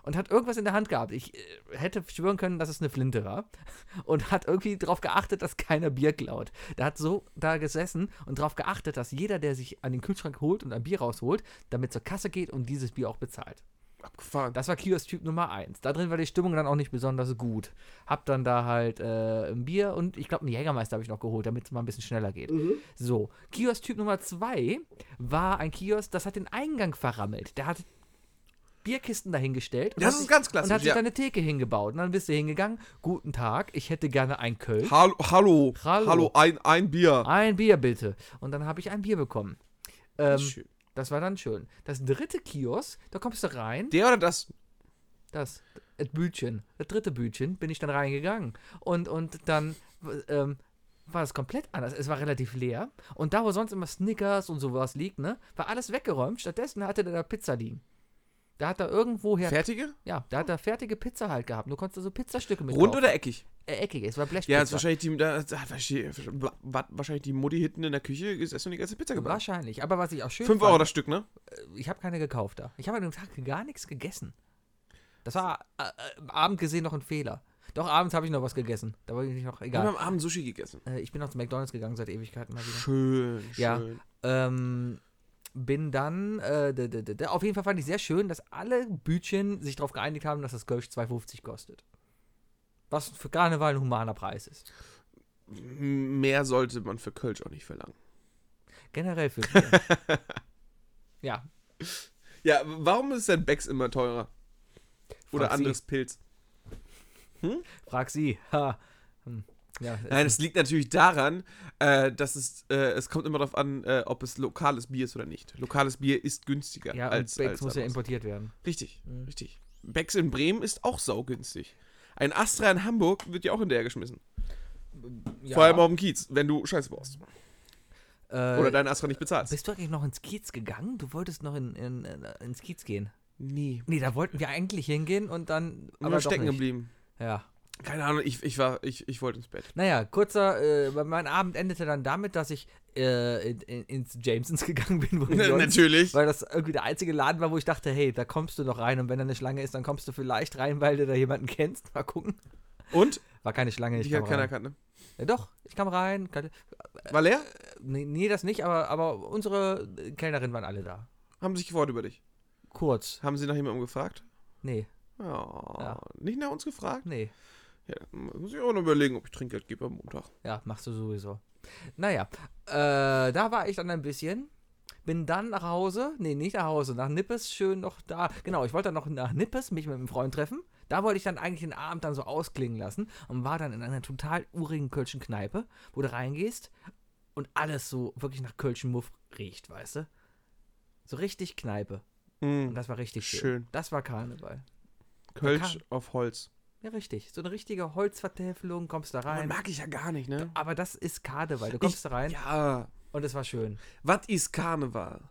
Speaker 4: und hat irgendwas in der Hand gehabt. Ich äh, hätte schwören können, dass es eine Flinte war und hat irgendwie darauf geachtet, dass keiner Bier klaut. Der hat so da gesessen und darauf geachtet, dass jeder, der sich an den Kühlschrank holt und ein Bier rausholt, damit zur Kasse geht und dieses Bier auch bezahlt.
Speaker 3: Abgefahren.
Speaker 4: Das war Kiosk-Typ Nummer 1. Da drin war die Stimmung dann auch nicht besonders gut. Hab dann da halt äh, ein Bier und ich glaube, einen Jägermeister habe ich noch geholt, damit es mal ein bisschen schneller geht.
Speaker 3: Mhm.
Speaker 4: So, Kiosk-Typ Nummer 2 war ein Kiosk, das hat den Eingang verrammelt. Der hat Bierkisten dahingestellt. und
Speaker 3: Das
Speaker 4: hat
Speaker 3: ist
Speaker 4: sich-
Speaker 3: ganz klassisch,
Speaker 4: Und hat sich
Speaker 3: ja.
Speaker 4: da eine Theke hingebaut. Und dann bist du hingegangen. Guten Tag, ich hätte gerne ein Köln.
Speaker 3: Hallo, hallo,
Speaker 4: Hallo. Ah.
Speaker 3: hallo, ein, ein Bier.
Speaker 4: Ein Bier bitte. Und dann habe ich ein Bier bekommen. Ähm,
Speaker 3: Schön.
Speaker 4: das war dann schön. Das dritte Kiosk, da kommst du rein.
Speaker 3: Der oder das?
Speaker 4: Das, das Bütchen, das dritte Bütchen, bin ich dann reingegangen. Und, und dann w- ähm, war es komplett anders. Es war relativ leer. Und da, wo sonst immer Snickers und sowas liegt, ne, war alles weggeräumt. Stattdessen hatte der da Pizza liegen. Da hat er irgendwoher,
Speaker 3: Fertige?
Speaker 4: ja, da hat er fertige Pizza halt gehabt. Du konntest da so Pizzastücke mit
Speaker 3: Rund
Speaker 4: kaufen.
Speaker 3: oder eckig?
Speaker 4: Äh, eckige, es war Blechpizza.
Speaker 3: Ja, das ist wahrscheinlich die, da, da, wahrscheinlich, wahrscheinlich die Mutti hinten in der Küche gesessen und die ganze Pizza gebracht.
Speaker 4: Wahrscheinlich, aber was ich auch schön
Speaker 3: Fünf Euro das Stück, ne?
Speaker 4: ich habe keine gekauft da. Ich habe an dem Tag gar nichts gegessen. Das war äh, äh, am Abend gesehen noch ein Fehler. Doch abends habe ich noch was gegessen. Da war ich noch
Speaker 3: Wir haben
Speaker 4: egal.
Speaker 3: am Abend Sushi gegessen.
Speaker 4: Äh, ich bin noch zu McDonalds gegangen seit Ewigkeiten mal wieder.
Speaker 3: Schön, schön.
Speaker 4: Ja. Ähm, bin dann, äh, d- d- d- d- auf jeden Fall fand ich sehr schön, dass alle Bütchen sich darauf geeinigt haben, dass das Kölsch 2,50 kostet. Was für Karneval ein humaner Preis ist.
Speaker 3: M- Mehr sollte man für Kölsch auch nicht verlangen.
Speaker 4: Generell für Bier. ja.
Speaker 3: Ja, warum ist denn Becks immer teurer? Oder
Speaker 4: Frag sie.
Speaker 3: anderes Pilz?
Speaker 4: Frag sie. Ha. Hm. Ja, es-
Speaker 3: Nein, es liegt natürlich daran, äh, dass es, äh, es kommt immer darauf an, äh, ob es lokales Bier ist oder nicht. Lokales Bier ist günstiger
Speaker 4: ja und
Speaker 3: als,
Speaker 4: Becks
Speaker 3: als
Speaker 4: muss ja Mhm.
Speaker 3: anderes.
Speaker 4: importiert werden.
Speaker 3: Richtig, richtig. Becks in Bremen ist auch saugünstig. Ein Astra in Hamburg wird ja auch hinterhergeschmissen.
Speaker 4: Äh, Ja.
Speaker 3: Vor allem auf dem Kiez, wenn du Scheiße brauchst.
Speaker 4: Äh,
Speaker 3: Oder deinen Astra nicht bezahlst.
Speaker 4: bist du eigentlich noch ins Kiez gegangen? Du wolltest noch in, in, äh, ins Kiez gehen.
Speaker 3: Nee.
Speaker 4: Nee, da wollten wir eigentlich hingehen und dann.
Speaker 3: Aber
Speaker 4: doch
Speaker 3: stecken
Speaker 4: nicht.
Speaker 3: geblieben.
Speaker 4: Ja.
Speaker 3: Keine Ahnung, ich, ich war, ich, ich wollte ins Bett.
Speaker 4: Naja, kurzer, äh, mein Abend endete dann damit, dass ich äh, in, in, ins Jamesons gegangen bin. Wo ich sonst-
Speaker 3: Natürlich.
Speaker 4: Weil das irgendwie der einzige Laden war, wo ich dachte, hey, da kommst du noch rein und wenn da eine Schlange ist, dann kommst du vielleicht rein, weil du da jemanden kennst. Mal gucken.
Speaker 3: Und?
Speaker 4: War keine Schlange, ich
Speaker 3: Ich
Speaker 4: kam
Speaker 3: hat keiner
Speaker 4: rein.
Speaker 3: erkannt, ne?
Speaker 4: Ja, doch, ich kam rein. Kann-
Speaker 3: War leer?
Speaker 4: Nee, nee das nicht, aber, aber unsere äh, Kellnerin waren alle da.
Speaker 3: Haben sich gefreut über dich.
Speaker 4: Kurz.
Speaker 3: Haben sie nach jemandem gefragt?
Speaker 4: Nee,
Speaker 3: Oh,
Speaker 4: Ja.
Speaker 3: Nicht nach uns gefragt?
Speaker 4: nee.
Speaker 3: Ja, muss ich auch noch überlegen, ob ich Trinkgeld gebe am Montag.
Speaker 4: Ja, machst du sowieso. Naja, äh, da war ich dann ein bisschen. Bin dann nach Hause, nee, nicht nach Hause, nach Nippes, schön noch da. Genau, ich wollte dann noch nach Nippes mich mit einem Freund treffen. Da wollte ich dann eigentlich den Abend dann so ausklingen lassen und war dann in einer total urigen Kölschen Kneipe, wo du reingehst und alles so wirklich nach Kölschen Muff riecht, weißt du? So richtig Kneipe. Und
Speaker 3: Hm.
Speaker 4: das war richtig schön.
Speaker 3: Schön.
Speaker 4: Das war Karneval.
Speaker 3: Kölsch auf Holz.
Speaker 4: Ja, richtig. So eine richtige Holzvertäfelung, kommst da
Speaker 3: Man
Speaker 4: rein.
Speaker 3: mag ich ja gar nicht, ne?
Speaker 4: Aber das ist Karneval. Du kommst da rein
Speaker 3: Ja.
Speaker 4: und es war schön.
Speaker 3: Was ist Karneval?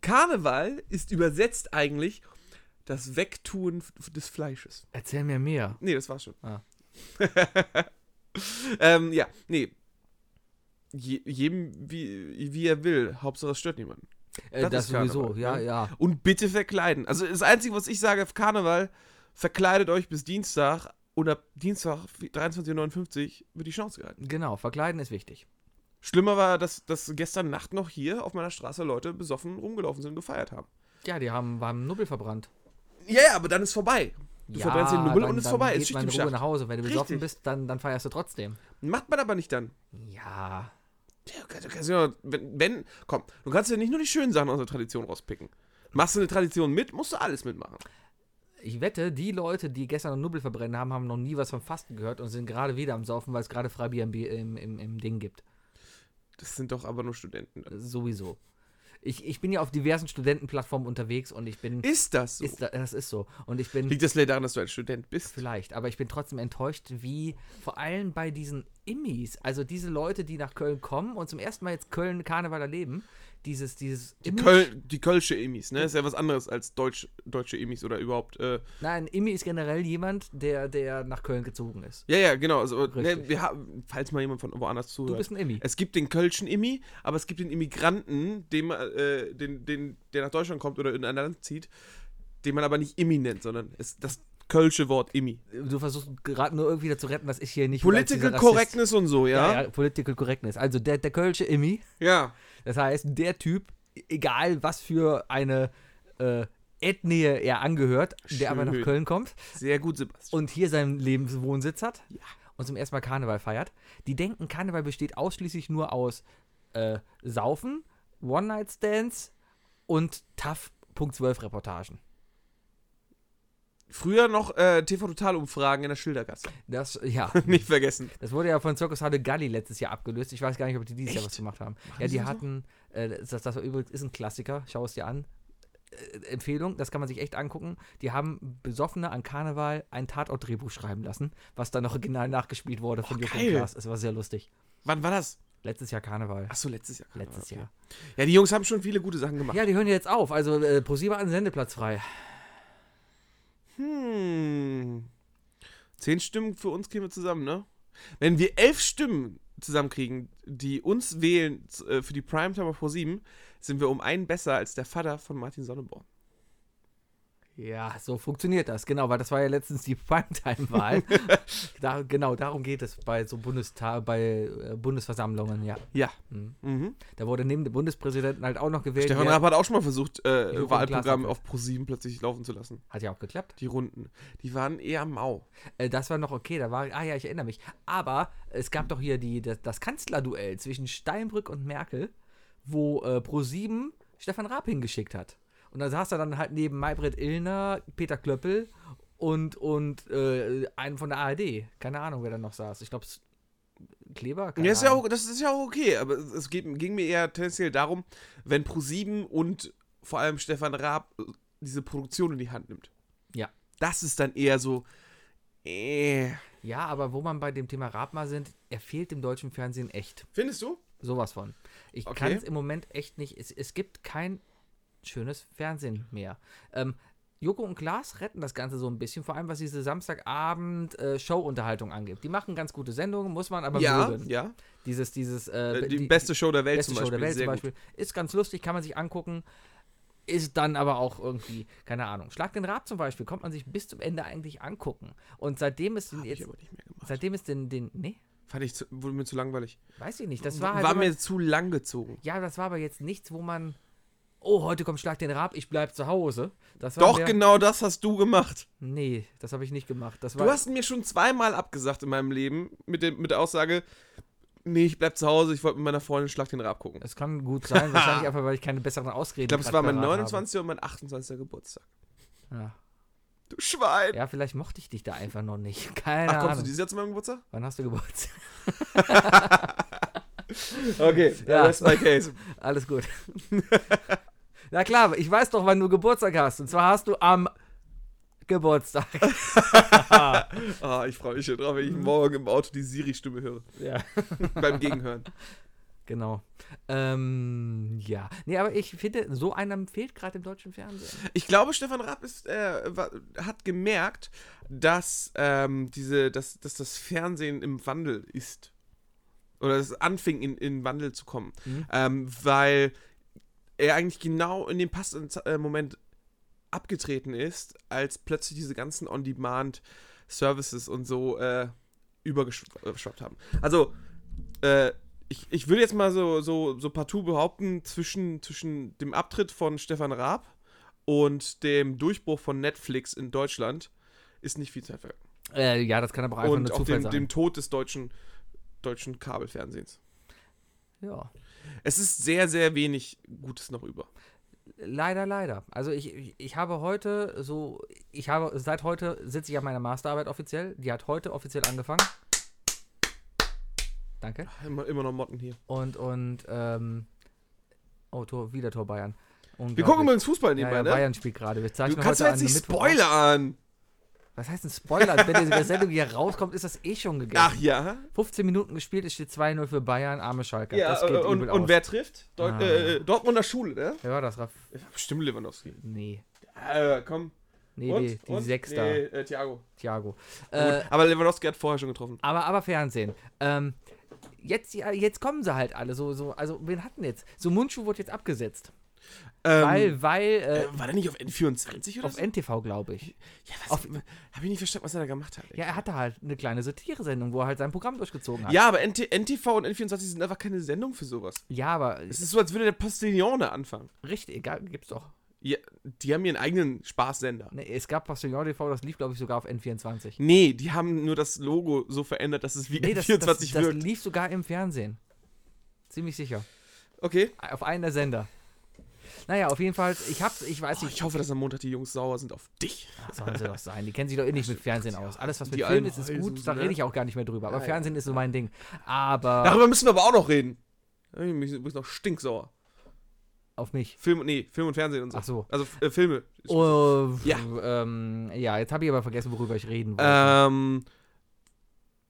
Speaker 3: Karneval ist übersetzt eigentlich das Wegtun f- des Fleisches.
Speaker 4: Erzähl mir mehr.
Speaker 3: Nee, das war schon.
Speaker 4: Ah.
Speaker 3: ähm, ja, nee. Je, jedem, wie, wie er will. Hauptsache, es stört niemanden.
Speaker 4: Äh,
Speaker 3: Das
Speaker 4: das
Speaker 3: ist
Speaker 4: sowieso,
Speaker 3: Karneval,
Speaker 4: ja,
Speaker 3: ne?
Speaker 4: ja.
Speaker 3: Und bitte verkleiden. Also, das Einzige, was ich sage auf Karneval, verkleidet euch bis Dienstag und ab Dienstag 23.59 Uhr wird die Chance gehalten.
Speaker 4: Genau, verkleiden ist wichtig.
Speaker 3: Schlimmer war, dass, dass gestern Nacht noch hier auf meiner Straße Leute besoffen rumgelaufen sind und gefeiert haben.
Speaker 4: Ja, die haben, haben Nubbel verbrannt.
Speaker 3: Ja, ja, aber dann ist vorbei. Du
Speaker 4: ja,
Speaker 3: verbrennst den Nubbel
Speaker 4: dann-
Speaker 3: und ist
Speaker 4: dann
Speaker 3: vorbei. Ist
Speaker 4: Geht
Speaker 3: Schicht
Speaker 4: man
Speaker 3: im
Speaker 4: in Ruhe
Speaker 3: Schacht.
Speaker 4: nach Hause. Wenn du besoffen
Speaker 3: Richtig.
Speaker 4: bist, dann, dann feierst du trotzdem.
Speaker 3: Macht man aber nicht dann. Ja,
Speaker 4: Ja.
Speaker 3: du kannst- du kannst ja, wenn, wenn, komm, du kannst ja nicht nur die schönen Sachen aus der Tradition rauspicken. Machst du eine Tradition mit, musst du alles mitmachen.
Speaker 4: Ich wette, die Leute, die gestern noch Nubbel verbrennen haben, haben noch nie was vom Fasten gehört und sind gerade wieder am Saufen, weil es gerade Freibier im, Bier- im, im, im Ding gibt.
Speaker 3: Das sind doch aber nur Studenten.
Speaker 4: Äh, Sowieso. Ich, ich bin ja auf diversen Studentenplattformen unterwegs und ich bin.
Speaker 3: Ist das so?
Speaker 4: Ist, da- das ist so. Und ich bin.
Speaker 3: Liegt das vielleicht daran, dass du ein Student bist?
Speaker 4: Vielleicht, aber ich bin trotzdem enttäuscht, wie vor allem bei diesen Immis, also diese Leute, die nach Köln kommen und zum ersten Mal jetzt Köln Karneval erleben, dieses, dieses
Speaker 3: Die, Köl, die kölsche Emis, ne? Ist ja was anderes als Deutsch, deutsche Emis oder überhaupt. Äh,
Speaker 4: Nein, Immi ist generell jemand, der, der nach Köln gezogen ist.
Speaker 3: ja, ja, genau. Also, ne,
Speaker 4: Richtig.
Speaker 3: wir haben, falls mal jemand von woanders zuhört.
Speaker 4: Du bist ein Immi.
Speaker 3: es gibt den kölschen Immi, aber es gibt den Immigranten, dem, äh, den, den, der nach Deutschland kommt oder in ein Land zieht, den man aber nicht Immi nennt, sondern es, das kölsche Wort Immi.
Speaker 4: Du versuchst gerade nur irgendwie dazu retten, dass ich hier nicht. wieder als
Speaker 3: Political
Speaker 4: dieser Rassist-
Speaker 3: Correctness und so,
Speaker 4: Ja, ja, Political Correctness. Also der, der Kölsche Immi,
Speaker 3: Ja.
Speaker 4: das heißt, der Typ, egal was für eine äh, Ethnie er angehört, der aber nach
Speaker 3: Schön.
Speaker 4: Köln kommt,
Speaker 3: Sehr gut, Sebastian.
Speaker 4: und hier seinen Lebenswohnsitz hat
Speaker 3: Ja.
Speaker 4: und zum ersten Mal Karneval feiert. Die denken, Karneval besteht ausschließlich nur aus äh, Saufen, One-Night-Stands und tough Punkt 12 Reportagen.
Speaker 3: Früher noch äh, TV-Total-Umfragen in der Schildergasse.
Speaker 4: Das, ja,
Speaker 3: Nicht vergessen.
Speaker 4: das wurde ja von Circus Halle Galli letztes Jahr abgelöst. Ich weiß gar nicht, ob die dieses Jahr
Speaker 3: Echt?
Speaker 4: was gemacht haben.
Speaker 3: Machen
Speaker 4: ja,
Speaker 3: sie
Speaker 4: die
Speaker 3: das noch?
Speaker 4: hatten, äh, das, das war übrigens ist ein Klassiker, schau es dir an. Äh, Empfehlung, das kann man sich echt angucken. Die haben Besoffene an Karneval ein Tatort-Drehbuch schreiben lassen, was dann original nachgespielt wurde von
Speaker 3: Oh,
Speaker 4: Joko und
Speaker 3: geil.
Speaker 4: Klaas. Es war sehr lustig.
Speaker 3: Wann war das?
Speaker 4: Letztes Jahr Karneval.
Speaker 3: Achso, letztes Jahr.
Speaker 4: Letztes
Speaker 3: Okay.
Speaker 4: Jahr.
Speaker 3: Ja, die Jungs haben schon viele gute Sachen gemacht.
Speaker 4: Ja, die hören ja jetzt auf. Also äh, ProSieben hat einen Sendeplatz frei.
Speaker 3: Hm. Zehn Stimmen für uns kämen wir zusammen, ne? Wenn wir elf Stimmen zusammenkriegen, die uns wählen z- äh, für die Primetime auf Pro 7, sind wir um einen besser als der Vater von Martin Sonneborn.
Speaker 4: Ja, so funktioniert das. Genau, weil das war ja letztens die Primetime-Wahl. da, genau, darum geht es bei so Bundestag, bei äh, Bundesversammlungen, ja.
Speaker 3: Ja.
Speaker 4: Mhm.
Speaker 3: Mhm.
Speaker 4: Da wurde neben dem Bundespräsidenten halt auch noch gewählt.
Speaker 3: Stefan
Speaker 4: wer-
Speaker 3: Raab hat auch schon mal versucht,
Speaker 4: Joko
Speaker 3: äh,
Speaker 4: und
Speaker 3: Wahlprogramm
Speaker 4: Glasner.
Speaker 3: auf Pro 7 plötzlich laufen zu lassen.
Speaker 4: Hat ja auch geklappt.
Speaker 3: Die Runden. Die waren eher mau.
Speaker 4: Äh, das war noch okay. Da war, ah ja, ich erinnere mich. Aber es gab doch hier die, das, das Kanzlerduell zwischen Steinbrück und Merkel, wo äh, Pro7 Stefan Raab hingeschickt hat. Und da saß er dann halt neben Maybrit Illner, Peter Klöppel und, und äh, einen von der ARD. Keine Ahnung, wer da noch saß. Ich glaube, Kleber. Keine
Speaker 3: Ja, ist ja
Speaker 4: Ahnung.
Speaker 3: auch, das ist ja auch okay, aber es- es geht, ging mir eher tendenziell darum, wenn ProSieben und vor allem Stefan Raab äh, diese Produktion in die Hand nimmt.
Speaker 4: Ja.
Speaker 3: Das ist dann eher so. Äh.
Speaker 4: ja, aber wo man bei dem Thema Raab mal sind, er fehlt im deutschen Fernsehen echt.
Speaker 3: Findest du?
Speaker 4: Sowas von. Ich
Speaker 3: Okay.
Speaker 4: kann es im Moment echt nicht. Es, es gibt kein schönes Fernsehen mehr. Ähm, Joko und Glas retten das Ganze so ein bisschen, vor allem was diese Samstagabend-Show-Unterhaltung angeht. Die machen ganz gute Sendungen, muss man aber
Speaker 3: Ja,
Speaker 4: mögen.
Speaker 3: ja.
Speaker 4: Dieses, dieses, äh,
Speaker 3: Äh, Die,
Speaker 4: die-
Speaker 3: beste Show der Welt
Speaker 4: beste
Speaker 3: zum
Speaker 4: Show
Speaker 3: Beispiel.
Speaker 4: der Welt
Speaker 3: Sehr
Speaker 4: zum Beispiel. Ist ganz lustig, kann man sich angucken. Ist dann aber auch irgendwie, keine Ahnung. Schlag den Rab zum Beispiel, kommt man sich bis zum Ende eigentlich angucken. Und seitdem es den
Speaker 3: Gut. Hab ich
Speaker 4: jetzt,
Speaker 3: aber nicht mehr gemacht.
Speaker 4: seitdem es den, den, nee,
Speaker 3: Fand ich zu, wurde mir zu langweilig.
Speaker 4: weiß ich nicht. Das war halt
Speaker 3: war
Speaker 4: immer-
Speaker 3: mir zu lang gezogen.
Speaker 4: Ja, das war aber jetzt nichts, wo man. Oh, heute kommt Schlag den Rab, ich bleib zu Hause. Das war
Speaker 3: Doch,
Speaker 4: mir-
Speaker 3: genau das hast du gemacht.
Speaker 4: Nee, das habe ich nicht gemacht. Das war,
Speaker 3: Du hast mir schon zweimal abgesagt in meinem Leben mit, dem, mit der Aussage, nee, ich bleib zu Hause, ich wollte mit meiner Freundin Schlag den Rab gucken.
Speaker 4: Es kann gut sein, wahrscheinlich einfach, weil ich keine besseren Ausreden
Speaker 3: Ich glaube, es
Speaker 4: grad
Speaker 3: war mein
Speaker 4: parat
Speaker 3: 29. und mein 28. Geburtstag.
Speaker 4: Habe. Ja.
Speaker 3: Du Schwein!
Speaker 4: ja, vielleicht mochte ich dich da einfach noch nicht. Keine
Speaker 3: Ach, kommst du
Speaker 4: Ahnung.
Speaker 3: dieses Jahr zu meinem Geburtstag?
Speaker 4: Wann hast du Geburtstag?
Speaker 3: Okay,
Speaker 4: Ja.
Speaker 3: that's my case.
Speaker 4: Alles gut. Na klar, ich weiß doch, wann du Geburtstag hast. Und zwar hast du am Geburtstag.
Speaker 3: Ah, ich freue mich schon drauf, wenn ich morgen im Auto die Siri-Stimme höre.
Speaker 4: Ja.
Speaker 3: Beim Gegenhören.
Speaker 4: Genau. Ähm, ja. Nee, aber ich finde, so einem fehlt gerade im deutschen Fernsehen.
Speaker 3: Ich glaube, Stefan Raab ist, äh, wa- hat gemerkt, dass, ähm, diese, dass, dass das Fernsehen im Wandel ist. Oder es anfing, in, in Wandel zu kommen. Ähm, weil er eigentlich genau in dem passenden Z- äh, Moment abgetreten ist, als plötzlich diese ganzen On-Demand-Services und so äh, übergeschwappt haben. Also, äh, ich, ich würde jetzt mal so, so, so partout behaupten, zwischen, zwischen dem Abtritt von Stefan Raab und dem Durchbruch von Netflix in Deutschland ist nicht viel Zeit vergangen.
Speaker 4: Äh, ja, das kann aber auch einfach
Speaker 3: Und
Speaker 4: nur
Speaker 3: auch
Speaker 4: Zufall
Speaker 3: dem,
Speaker 4: sein.
Speaker 3: dem Tod des deutschen, deutschen Kabelfernsehens.
Speaker 4: Ja,
Speaker 3: Es ist sehr, sehr wenig Gutes noch über.
Speaker 4: leider, leider. Also ich, ich, ich habe heute so, ich habe, seit heute sitze ich an meiner Masterarbeit offiziell. Die hat heute offiziell angefangen. Danke.
Speaker 3: Immer, immer noch Motten hier.
Speaker 4: Und, und, ähm, oh, Tor, wieder Tor Bayern.
Speaker 3: Wir gucken
Speaker 4: Unglaublich.
Speaker 3: übrigens Fußball
Speaker 4: ja,
Speaker 3: nebenbei,
Speaker 4: ja,
Speaker 3: ne?
Speaker 4: Bayern spielt gerade. Wir
Speaker 3: Du
Speaker 4: zeichnen
Speaker 3: kannst doch
Speaker 4: heute
Speaker 3: jetzt
Speaker 4: an
Speaker 3: nicht
Speaker 4: Mittwoch auf.
Speaker 3: spoilern.
Speaker 4: Was heißt ein Spoiler? Wenn diese Sendung hier rauskommt, ist das eh schon
Speaker 3: Ach
Speaker 4: gegessen.
Speaker 3: ja.
Speaker 4: 15 Minuten gespielt, es steht 2-0 für Bayern, arme Schalke.
Speaker 3: ja
Speaker 4: das geht
Speaker 3: und,
Speaker 4: übel
Speaker 3: und
Speaker 4: aus.
Speaker 3: wer trifft? Deu
Speaker 4: Ah.
Speaker 3: äh, Dortmunder Schule, ne?
Speaker 4: wer war das, Raff?
Speaker 3: Bestimmt Lewandowski.
Speaker 4: Nee.
Speaker 3: Äh, komm.
Speaker 4: Nee,
Speaker 3: Und?
Speaker 4: nee, die
Speaker 3: Und?
Speaker 4: Sechs da.
Speaker 3: Nee, äh, Thiago.
Speaker 4: Thiago. Äh,
Speaker 3: Gut. Aber Lewandowski hat vorher schon getroffen.
Speaker 4: aber, aber Fernsehen. Ähm, jetzt, ja, jetzt kommen sie halt alle. So, so, also, wen hatten jetzt? So, Mundschuh wurde jetzt abgesetzt.
Speaker 3: Ähm,
Speaker 4: Weil, weil,
Speaker 3: äh, war der nicht auf N24
Speaker 4: äh,
Speaker 3: oder
Speaker 4: auf
Speaker 3: so?
Speaker 4: NTV, glaube ich.
Speaker 3: ja, was,
Speaker 4: auf-
Speaker 3: hab ich nicht verstanden, was er da gemacht hat. ey.
Speaker 4: Ja, er hatte halt eine kleine Satire-Sendung, wo er halt sein Programm durchgezogen hat.
Speaker 3: ja aber NT NTV und N24 sind einfach keine Sendung für sowas.
Speaker 4: Ja, aber
Speaker 3: Es
Speaker 4: ist
Speaker 3: ist so, als würde der Postillone anfangen.
Speaker 4: richtig, egal, gibt's doch.
Speaker 3: Ja, die haben ihren eigenen Spaßsender.
Speaker 4: Nee, es gab Postillon TV, das lief, glaube ich, sogar auf N24.
Speaker 3: Nee, die haben nur das Logo so verändert, dass es wie
Speaker 4: Nee, das,
Speaker 3: N24
Speaker 4: das, das
Speaker 3: wirkt.
Speaker 4: lief sogar im Fernsehen. Ziemlich sicher.
Speaker 3: Okay.
Speaker 4: Auf einen der Sender. Naja, auf jeden Fall, ich hab's, ich weiß
Speaker 3: Oh,
Speaker 4: nicht.
Speaker 3: ich hoffe, dass am Montag die Jungs sauer sind auf dich.
Speaker 4: Ach, sollen sie doch sein. Die kennen sich doch eh nicht mit Fernsehen aus. Alles, was mit
Speaker 3: Die
Speaker 4: Film
Speaker 3: alten
Speaker 4: ist, ist gut. Da
Speaker 3: Heulsusen, ne?
Speaker 4: rede ich auch gar nicht mehr drüber. Aber Fernsehen ist so mein Ding. Aber
Speaker 3: Darüber müssen wir aber auch noch reden. Ich bin übrigens noch stinksauer.
Speaker 4: auf mich.
Speaker 3: Film, nee, Film und Fernsehen und so.
Speaker 4: Ach so.
Speaker 3: Also äh, Filme.
Speaker 4: Oh,
Speaker 3: Ja.
Speaker 4: Ähm, ja, jetzt habe ich aber vergessen, worüber ich reden wollte.
Speaker 3: Ähm,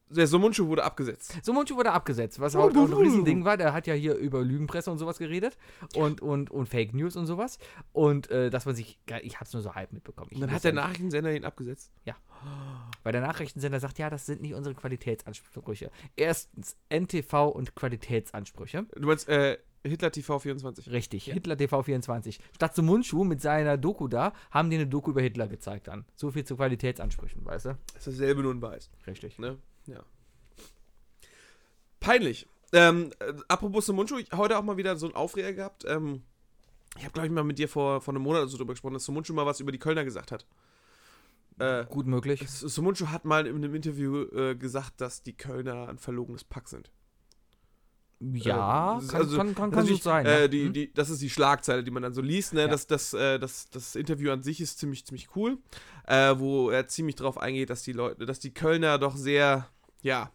Speaker 3: der Somunchu wurde abgesetzt.
Speaker 4: So, Munchu wurde abgesetzt, was auch ein Riesending war. Der hat ja hier über Lügenpresse und sowas geredet und, und, und Fake News und sowas. Und äh, dass man sich, ich habe es nur so halb mitbekommen. Ich
Speaker 3: Und dann
Speaker 4: weiß
Speaker 3: hat der
Speaker 4: ja
Speaker 3: Nachrichtensender ihn abgesetzt.
Speaker 4: nicht. Weil der Nachrichtensender sagt, ja, das sind nicht unsere Qualitätsansprüche. Erstens NTV und Qualitätsansprüche.
Speaker 3: Du meinst, äh, Hitler TV 24.
Speaker 4: Richtig, Hitler TV 24. Statt zum Mundschuh mit seiner Doku da, haben die eine Doku über Hitler gezeigt dann. So viel zu Qualitätsansprüchen, weißt du?
Speaker 3: Das ist dasselbe nur in weiß.
Speaker 4: Richtig.
Speaker 3: Ne? Ja. Peinlich. Ähm, äh, apropos Sumunchu, ich heute auch mal wieder so einen Aufreger gehabt. Ähm, ich habe, glaube ich, mal mit dir vor, vor einem Monat oder so drüber gesprochen, dass Sumunchu mal was über die Kölner gesagt hat. Äh,
Speaker 4: Gut möglich.
Speaker 3: S- Sumunchu hat mal in einem Interview äh, gesagt, dass die Kölner ein verlogenes Pack sind.
Speaker 4: Ja,
Speaker 3: Ähm, das ist
Speaker 4: kann,
Speaker 3: also-
Speaker 4: kann, kann,
Speaker 3: das
Speaker 4: kann
Speaker 3: ist natürlich,
Speaker 4: gut sein.
Speaker 3: Äh,
Speaker 4: ja.
Speaker 3: die,
Speaker 4: Hm?
Speaker 3: die, das ist die Schlagzeile, die man dann so liest. Ne?
Speaker 4: Ja.
Speaker 3: Das, das, äh, das, das Interview an sich ist ziemlich, ziemlich cool, äh, wo er ziemlich drauf eingeht, dass die Leute, dass die Kölner doch sehr, ja,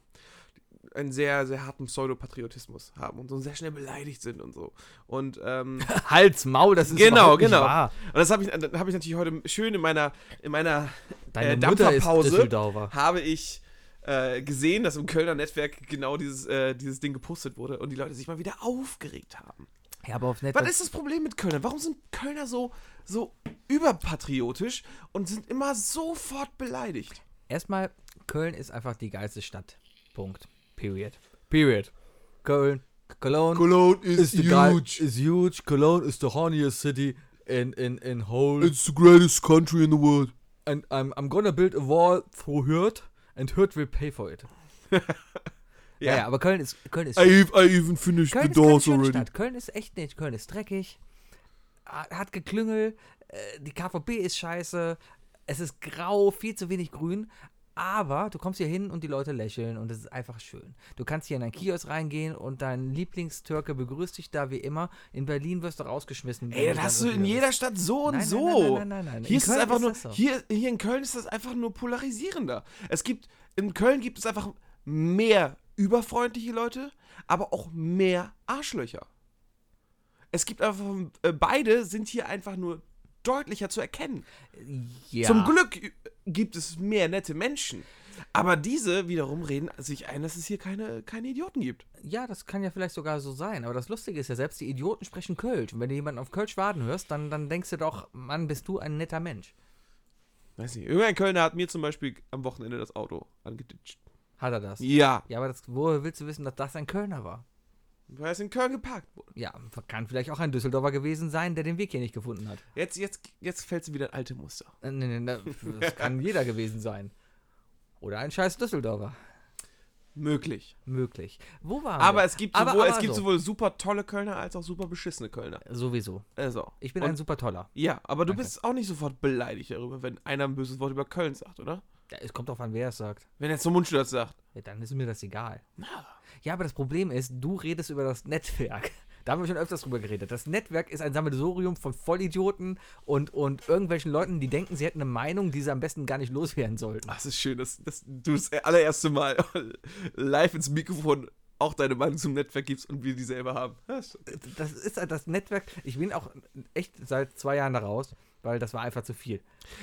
Speaker 3: einen sehr, sehr harten Pseudopatriotismus haben und so sehr schnell beleidigt sind und so. Und ähm,
Speaker 4: Hals, Maul, das ist
Speaker 3: Genau,
Speaker 4: überhaupt nicht
Speaker 3: genau.
Speaker 4: wahr.
Speaker 3: Und das habe ich, das hab ich natürlich heute schön in meiner, in meiner
Speaker 4: Deine
Speaker 3: äh,
Speaker 4: Mutter ist
Speaker 3: Dampferpause
Speaker 4: Düsseldorfer.
Speaker 3: habe ich äh, gesehen, dass im Kölner Netzwerk genau dieses, äh, dieses Ding gepostet wurde und die Leute sich mal wieder aufgeregt haben.
Speaker 4: Ja, aber aufs
Speaker 3: Was
Speaker 4: Netzwerk.
Speaker 3: ist das Problem mit Kölnern? Warum sind Kölner so, so überpatriotisch und sind immer sofort beleidigt?
Speaker 4: Erstmal, Köln ist einfach die geilste Stadt. Punkt. Period. Period. Köln. Cologne.
Speaker 3: Cologne
Speaker 4: is the guy- is huge. Cologne is the horniest city in in in whole.
Speaker 3: It's the greatest country in the world.
Speaker 4: and I'm I'm gonna build a wall through Hürth and Hürth will pay for it. ja. ja, aber Köln ist Köln ist
Speaker 3: I even finished
Speaker 4: Köln ist keine schöne Stadt. Köln ist echt nicht. Köln ist dreckig, ha- hat Geklüngel, äh, die KVB ist scheiße, es ist grau, viel zu wenig grün. Aber du kommst hier hin und die Leute lächeln und es ist einfach schön. Du kannst hier in einen Kiosk reingehen und dein Lieblingstürke begrüßt dich da wie immer. In Berlin wirst du rausgeschmissen. wenn
Speaker 3: Ey, das
Speaker 4: dann
Speaker 3: hast du in
Speaker 4: irgendwie
Speaker 3: jeder Stadt so und
Speaker 4: Nein, nein,
Speaker 3: so.
Speaker 4: nein, nein, nein, nein, nein.
Speaker 3: Hier
Speaker 4: In
Speaker 3: ist es
Speaker 4: Köln
Speaker 3: einfach
Speaker 4: ist
Speaker 3: nur,
Speaker 4: das so.
Speaker 3: hier, hier in Köln ist das einfach nur polarisierender. Es gibt, in Köln gibt es einfach mehr überfreundliche Leute, aber auch mehr Arschlöcher. Es gibt einfach, äh, beide sind hier einfach nur deutlicher zu erkennen.
Speaker 4: bist. Ja.
Speaker 3: Zum Glück gibt es mehr nette Menschen. Aber diese wiederum reden sich ein, dass es hier keine, keine Idioten gibt.
Speaker 4: Ja, das kann ja vielleicht sogar so sein. Aber das Lustige ist ja, selbst die Idioten sprechen Kölsch. Und wenn du jemanden auf Kölsch waden hörst, dann, dann denkst du doch, Mann, bist du ein netter Mensch.
Speaker 3: Weiß nicht. Irgendein Kölner hat mir zum Beispiel am Wochenende das Auto angeditscht.
Speaker 4: Hat er das?
Speaker 3: Ja.
Speaker 4: Ja, aber das, woher willst du wissen, dass das ein Kölner war?
Speaker 3: Weil es in Köln geparkt wurde.
Speaker 4: Ja, kann vielleicht auch ein Düsseldorfer gewesen sein, der den Weg hier nicht gefunden hat.
Speaker 3: Jetzt, jetzt, jetzt fällt sie wieder in alte Muster.
Speaker 4: Äh, Nee, nee, nee, das kann jeder gewesen sein. Oder ein scheiß Düsseldorfer.
Speaker 3: Möglich.
Speaker 4: Möglich. Wo waren
Speaker 3: Aber
Speaker 4: wir?
Speaker 3: es gibt,
Speaker 4: Aber-
Speaker 3: sowohl,
Speaker 4: aber
Speaker 3: es gibt
Speaker 4: so.
Speaker 3: sowohl super tolle Kölner als auch super beschissene Kölner.
Speaker 4: Sowieso.
Speaker 3: Also.
Speaker 4: Ich bin
Speaker 3: und,
Speaker 4: ein super toller.
Speaker 3: Ja, aber du
Speaker 4: Danke.
Speaker 3: bist auch nicht sofort beleidigt darüber, wenn einer ein böses Wort über Köln sagt, oder?
Speaker 4: Ja, es kommt drauf an, wer es sagt.
Speaker 3: Wenn jetzt so ein Mundschutz sagt.
Speaker 4: Ja, dann ist mir das egal. Ja, aber das Problem ist, du redest über das Netzwerk. Da haben wir schon öfters drüber geredet. Das Netzwerk ist ein Sammelsurium von Vollidioten und, und irgendwelchen Leuten, die denken, sie hätten eine Meinung, die sie am besten gar nicht loswerden sollten.
Speaker 3: Ach, es ist schön, dass, dass du das allererste Mal live ins Mikrofon auch deine Meinung zum Netzwerk gibst und wir dieselbe haben. Das ist-
Speaker 4: Das ist halt das Netzwerk. Ich bin auch echt seit zwei Jahren da raus, weil das war einfach zu viel.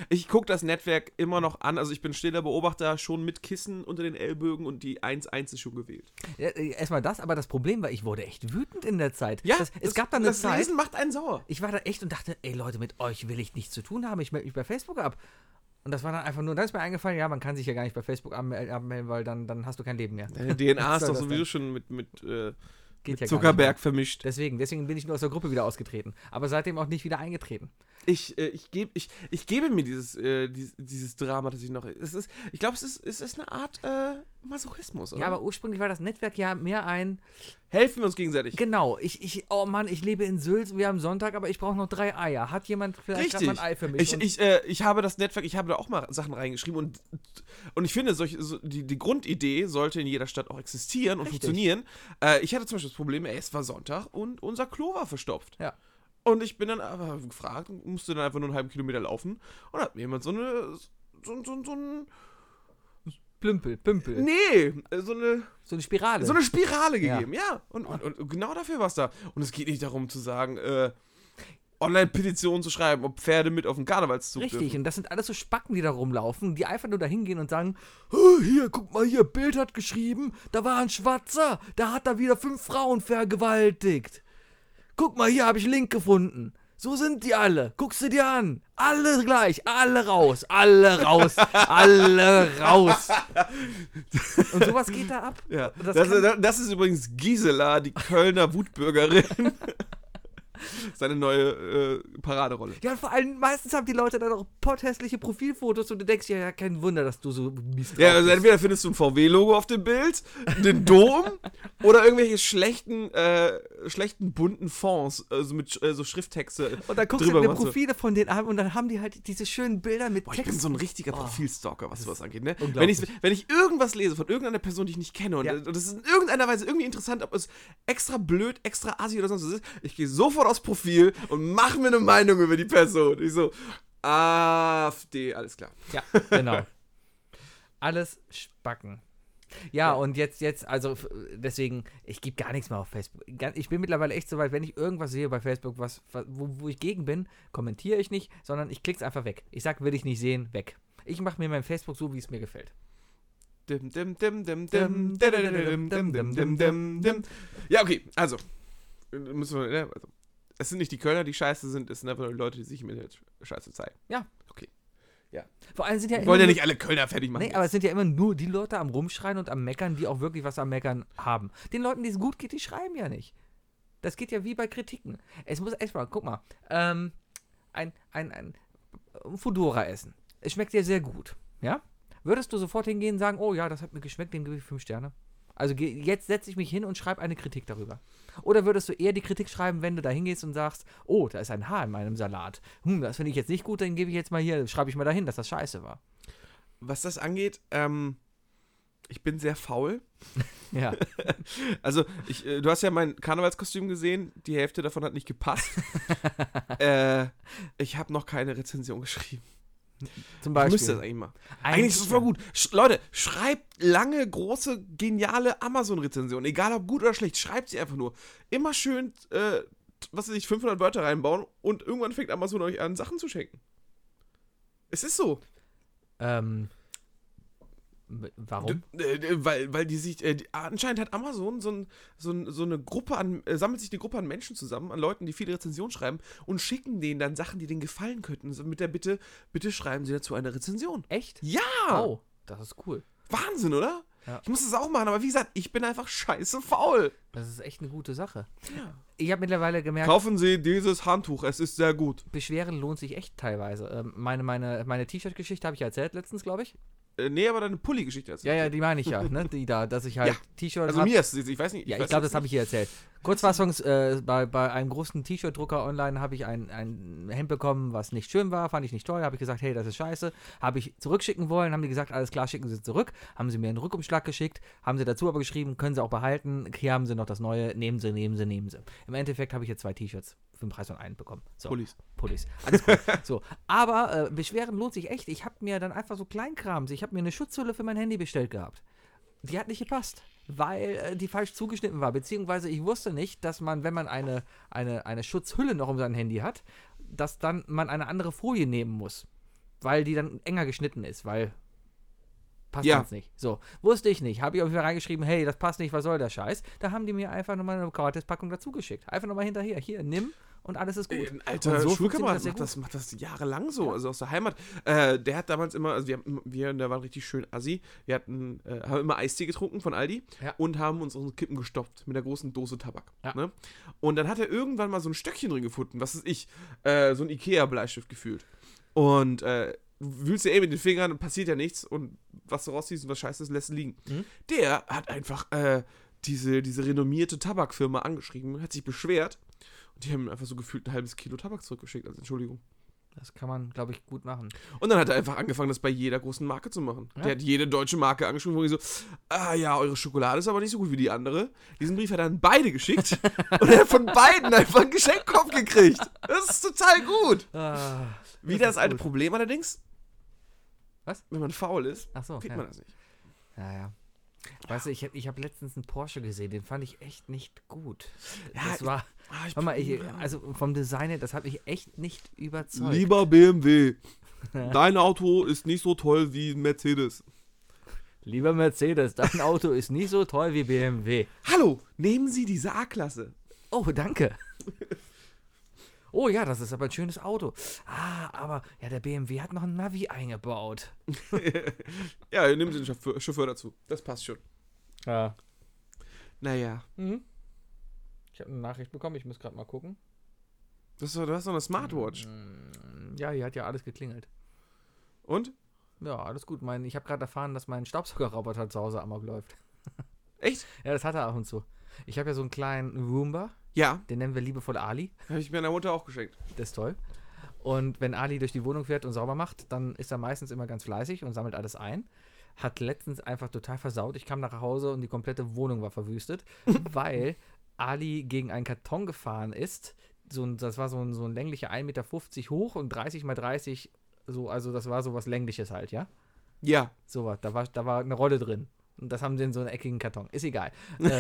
Speaker 3: Ich gucke das Netzwerk immer noch an. Also ich bin stiller Beobachter, schon mit Kissen unter den Ellbögen und die 1-1 ist schon gewählt.
Speaker 4: Ja, äh, Erstmal das, aber das Problem war, ich wurde echt wütend in der Zeit. das, es
Speaker 3: das-
Speaker 4: gab da eine
Speaker 3: das
Speaker 4: Zeit.
Speaker 3: Lesen macht einen sauer.
Speaker 4: Ich war da echt und dachte, ey Leute, mit euch will ich nichts zu tun haben. Ich melde mich bei Facebook ab. Und das war dann einfach nur, da ist mir eingefallen, ja, man kann sich ja gar nicht bei Facebook anmel- abmelden, weil dann, dann hast du kein Leben mehr.
Speaker 3: Deine DNA
Speaker 4: Was
Speaker 3: ist
Speaker 4: soll
Speaker 3: doch
Speaker 4: das
Speaker 3: sowieso
Speaker 4: denn?
Speaker 3: schon mit, mit, äh,
Speaker 4: Geht
Speaker 3: mit
Speaker 4: ja gar nicht
Speaker 3: Zuckerberg vermischt.
Speaker 4: Deswegen, deswegen bin ich nur aus der Gruppe wieder ausgetreten. Aber seitdem auch nicht wieder eingetreten.
Speaker 3: Ich, äh, ich, geb, ich, ich gebe mir dieses, äh, dies, dieses Drama, das ich noch. Es ist, ich glaube, es ist, es ist eine Art äh, Masochismus. Oder?
Speaker 4: Ja, aber ursprünglich war das Netzwerk ja mehr ein,
Speaker 3: Helfen wir uns gegenseitig.
Speaker 4: genau, ich, ich, oh Mann, ich lebe in Sülz, wir haben Sonntag, aber ich brauche noch drei Eier. Hat jemand vielleicht grad
Speaker 3: Richtig.
Speaker 4: mal ein Ei für mich?
Speaker 3: Ich,
Speaker 4: Und-
Speaker 3: ich, äh, ich habe das Netzwerk, ich habe da auch mal Sachen reingeschrieben und, und ich finde, solche, so, die, die Grundidee sollte in jeder Stadt auch existieren und
Speaker 4: Richtig.
Speaker 3: funktionieren. Äh, ich hatte zum Beispiel das Problem, ey, es war Sonntag und unser Klo war verstopft.
Speaker 4: ja.
Speaker 3: Und ich bin dann aber gefragt und musste dann einfach nur einen halben Kilometer laufen und hat mir jemand so eine. So, so, so ein.
Speaker 4: Plümpel, Pümpel.
Speaker 3: Nee, äh, so eine.
Speaker 4: So eine Spirale.
Speaker 3: So eine Spirale
Speaker 4: Äh. Ja.
Speaker 3: gegeben, ja. Und, und, und genau dafür war es da. Und es geht nicht darum zu sagen, äh, Online-Petitionen zu schreiben, ob Pferde mit auf den Karnevalszug
Speaker 4: Richtig,
Speaker 3: dürfen.
Speaker 4: und das sind alles so Spacken, die da rumlaufen, die einfach nur da hingehen und sagen, "Oh, hier, guck mal hier, Bild hat geschrieben, da war ein Schwarzer, da hat er wieder fünf Frauen vergewaltigt. Guck mal hier, habe ich Link gefunden. So sind die alle. Guckst du dir an. Alle gleich, alle raus, alle raus, alle raus. Und sowas geht da ab.
Speaker 3: Ja,
Speaker 4: Das
Speaker 3: das, das,
Speaker 4: kann-
Speaker 3: ist übrigens Gisela, die Kölner Wutbürgerin. Seine neue äh, Paraderolle.
Speaker 4: Ja, und vor allem, meistens haben die Leute dann auch potthässliche Profilfotos und du denkst, ja, ja, kein Wunder, dass du so mies drauf
Speaker 3: Ja, also
Speaker 4: bist.
Speaker 3: entweder findest du ein VW-Logo auf dem Bild, den Dom oder irgendwelche schlechten, äh, schlechten bunten Fonds, also mit äh, so Schrifttexte.
Speaker 4: Und dann guckst du halt dir
Speaker 3: gemacht, so.
Speaker 4: Profile von denen an und dann haben die halt diese schönen Bilder mit
Speaker 3: Boah, ich bin
Speaker 4: Text.
Speaker 3: so ein richtiger Profilstalker, was sowas angeht. Ne? Wenn,
Speaker 4: Oh. unglaublich.
Speaker 3: ich, wenn ich irgendwas lese von irgendeiner Person, die ich nicht kenne und,
Speaker 4: Ja.
Speaker 3: und das ist in irgendeiner Weise irgendwie interessant, ob es extra blöd, extra assi oder sonst was ist, ich gehe sofort aufs Profil und mache mir eine Meinung über die Person. Ich so, AfD, alles klar.
Speaker 4: Ja, genau. Alles spacken. Ja, und jetzt, jetzt, also f- deswegen, ich gebe gar nichts mehr auf Facebook. Gan- Ich bin mittlerweile echt so weit, wenn ich irgendwas sehe bei Facebook, was, wa- wo, wo ich gegen bin, kommentiere ich nicht, sondern ich klicke es einfach weg. Ich sage, will ich nicht sehen, weg. Ich mache mir mein Facebook so, wie es mir gefällt.
Speaker 3: Dim, dim, dim, dim, dim, dim, dim, dim, dim, dim, dim, dim. Ja, okay, also. Müssen wir, ne? also. Es sind nicht die Kölner, die scheiße sind, es sind einfach nur Leute, die sich im Internet scheiße zeigen.
Speaker 4: Ja.
Speaker 3: Okay.
Speaker 4: Vor allem sind ja
Speaker 3: Wir wollen ja
Speaker 4: nur-
Speaker 3: nicht alle Kölner fertig machen.
Speaker 4: Nee, aber es sind ja immer nur die Leute am Rumschreien und am Meckern, die auch wirklich was am Meckern haben. Den Leuten, die es gut geht, die schreiben ja nicht. Das geht ja wie bei Kritiken. Es muss erstmal, guck mal, ähm, ein, ein, ein äh, Fudora essen. Es schmeckt dir sehr gut, ja? Würdest du sofort hingehen und sagen, oh ja, das hat mir geschmeckt, dem gebe ich fünf Sterne? Also geh- jetzt setze ich mich hin und schreibe eine Kritik darüber. Oder würdest du eher die Kritik schreiben, wenn du da hingehst und sagst, oh, da ist ein Haar in meinem Salat. Hm, das finde ich jetzt nicht gut, dann gebe ich jetzt mal hier, schreibe ich mal dahin, dass das scheiße war.
Speaker 3: Was das angeht, ähm, ich bin sehr faul.
Speaker 4: Ja.
Speaker 3: Also, ich, äh, du hast ja mein Karnevalskostüm gesehen, die Hälfte davon hat nicht gepasst. äh, ich habe noch keine Rezension geschrieben.
Speaker 4: Zum
Speaker 3: Ich
Speaker 4: Beispiel.
Speaker 3: müsste das eigentlich mal. Eigentlich ist es voll
Speaker 4: ja.
Speaker 3: gut. Sch Leute, schreibt lange, große, geniale Amazon-Rezensionen. Egal ob gut oder schlecht, schreibt sie einfach nur. Immer schön, äh, was weiß ich, 500 Wörter reinbauen und irgendwann fängt Amazon euch an, Sachen zu schenken. Es ist so.
Speaker 4: Ähm, w- warum?
Speaker 3: D- äh, d- weil, weil die sich, äh, die, anscheinend hat Amazon so, ein, so, ein, so eine Gruppe an, äh, sammelt sich eine Gruppe an Menschen zusammen, an Leuten, die viele Rezensionen schreiben und schicken denen dann Sachen, die denen gefallen könnten. So mit der Bitte, bitte schreiben sie dazu eine Rezension.
Speaker 4: Echt?
Speaker 3: Ja!
Speaker 4: Oh, das ist cool.
Speaker 3: Wahnsinn, oder?
Speaker 4: Ja.
Speaker 3: Ich muss das auch machen, aber wie gesagt, ich bin einfach scheiße faul.
Speaker 4: Das ist echt eine gute Sache. Ich habe mittlerweile gemerkt,
Speaker 3: Kaufen Sie dieses Handtuch, es ist sehr gut.
Speaker 4: Beschweren lohnt sich echt teilweise. Ähm, meine meine, meine T-Shirt-Geschichte habe ich ja erzählt letztens, glaube ich.
Speaker 3: Äh, nee, aber deine Pulli-Geschichte ist.
Speaker 4: Ja, ja, die meine ich ja, ne? Die da, dass ich halt
Speaker 3: Ja.
Speaker 4: T-Shirt
Speaker 3: Also
Speaker 4: hab-
Speaker 3: mir ist es, ich weiß nicht.
Speaker 4: Ja,
Speaker 3: weiß
Speaker 4: ich glaube,
Speaker 3: jetzt
Speaker 4: das habe
Speaker 3: nicht.
Speaker 4: ich hier erzählt. Kurzfassung, äh, bei, bei einem großen T-Shirt-Drucker online habe ich ein, ein Hemd bekommen, was nicht schön war, fand ich nicht toll. Habe ich gesagt, hey, das ist scheiße. Habe ich zurückschicken wollen, haben die gesagt, alles klar, schicken Sie zurück. Haben sie mir einen Rückumschlag geschickt, haben sie dazu aber geschrieben, können Sie auch behalten. Hier haben Sie noch das neue, nehmen Sie, nehmen Sie, nehmen Sie. Im Endeffekt habe ich jetzt zwei T-Shirts für den Preis von einem bekommen. So.
Speaker 3: Pullis.
Speaker 4: Pullis. Alles cool. so. Aber äh, Beschweren lohnt sich echt. Ich habe mir dann einfach so Kleinkrams, ich habe mir eine Schutzhülle für mein Handy bestellt gehabt die hat nicht gepasst, weil äh, die falsch zugeschnitten war. Beziehungsweise ich wusste nicht, dass man, wenn man eine, eine, eine Schutzhülle noch um sein Handy hat, dass dann man eine andere Folie nehmen muss, weil die dann enger geschnitten ist, weil passt
Speaker 3: Ja.
Speaker 4: ganz nicht. So, wusste ich nicht. Habe ich auf jeden Fall reingeschrieben, hey, das passt nicht, was soll der Scheiß? Da haben die mir einfach nochmal eine Gratispackung dazu geschickt. Einfach nochmal hinterher, hier, nimm und alles ist gut.
Speaker 3: Äh, Ein alter
Speaker 4: Und
Speaker 3: so
Speaker 4: funktioniert
Speaker 3: Schulkamerad
Speaker 4: sehr
Speaker 3: macht
Speaker 4: gut.
Speaker 3: das, macht das jahrelang so, also aus der Heimat. Äh, der hat damals immer, also wir, haben- wir da waren richtig schön assi, wir hatten, äh, haben immer Eistee getrunken von Aldi
Speaker 4: Ja.
Speaker 3: und haben uns unsere Kippen gestopft mit der großen Dose Tabak.
Speaker 4: Ja.
Speaker 3: Ne? Und dann hat er irgendwann mal so ein Stöckchen drin gefunden, was ist ich, äh, so ein Ikea-Bleistift gefühlt. Und äh, du wühlst ja eh mit den Fingern und passiert ja nichts und was du rausziehst und was scheiße ist, lässt liegen.
Speaker 4: Mhm.
Speaker 3: Der hat einfach äh, diese, diese renommierte Tabakfirma angeschrieben, hat sich beschwert und die haben ihm einfach so gefühlt ein halbes Kilo Tabak zurückgeschickt als Entschuldigung.
Speaker 4: Das kann man, glaube ich, gut machen.
Speaker 3: Und dann hat er einfach angefangen, das bei jeder großen Marke zu machen.
Speaker 4: Ja.
Speaker 3: Der hat jede deutsche Marke angeschrieben, wo ich so, ah ja, eure Schokolade ist aber nicht so gut wie die andere. Diesen Brief hat er an beide geschickt und er hat von beiden einfach einen Geschenkkopf gekriegt. Das ist total gut.
Speaker 4: Ah,
Speaker 3: Wieder
Speaker 4: Das
Speaker 3: das,
Speaker 4: ist
Speaker 3: alte
Speaker 4: gut.
Speaker 3: Problem allerdings.
Speaker 4: Was?
Speaker 3: Wenn man faul ist,
Speaker 4: ach so.
Speaker 3: kriegt
Speaker 4: ja.
Speaker 3: man das nicht.
Speaker 4: Ja, ja. Weißt du, ich habe ich hab letztens einen Porsche gesehen, den fand ich echt nicht gut.
Speaker 3: Ja,
Speaker 4: das
Speaker 3: ich-
Speaker 4: war,
Speaker 3: Ah, ich
Speaker 4: warte mal,
Speaker 3: bin-
Speaker 4: ich, also vom Design her, das hat mich echt nicht überzeugt.
Speaker 3: Lieber BMW, dein Auto ist nicht so toll wie ein Mercedes.
Speaker 4: Lieber Mercedes, dein Auto ist nicht so toll wie BMW.
Speaker 3: Hallo, nehmen Sie diese A-Klasse.
Speaker 4: Oh, danke. Oh ja, das ist aber ein schönes Auto. Ah, aber ja, der BMW hat noch ein Navi eingebaut.
Speaker 3: Ja, nehmen Sie den Chauffeur, Chauffeur dazu. Das passt schon.
Speaker 4: Ja.
Speaker 3: Naja.
Speaker 4: Mhm. Ich habe eine Nachricht bekommen, ich muss gerade mal gucken.
Speaker 3: Das, du hast doch eine Smartwatch.
Speaker 4: Ja, hier hat ja alles geklingelt.
Speaker 3: Und?
Speaker 4: Ja, alles gut. Mein, ich habe gerade erfahren, dass mein Staubsaugerroboter zu Hause amok läuft.
Speaker 3: Echt?
Speaker 4: Ja, das hat er ab und zu. Ich habe ja so einen kleinen Roomba,
Speaker 3: Ja,
Speaker 4: den nennen wir liebevoll Ali.
Speaker 3: habe ich meiner Mutter auch geschenkt.
Speaker 4: Das ist toll. Und wenn Ali durch die Wohnung fährt und sauber macht, dann ist er meistens immer ganz fleißig und sammelt alles ein. Hat letztens einfach total versaut. Ich kam nach Hause und die komplette Wohnung war verwüstet, weil Ali gegen einen Karton gefahren ist. So ein, das war so ein, so ein länglicher 1,50 Meter hoch und 30 mal 30, so, also das war so was Längliches halt, ja?
Speaker 3: Ja.
Speaker 4: Sowas, da war, da war eine Rolle drin. Und das haben sie in so einen eckigen Karton. Ist egal.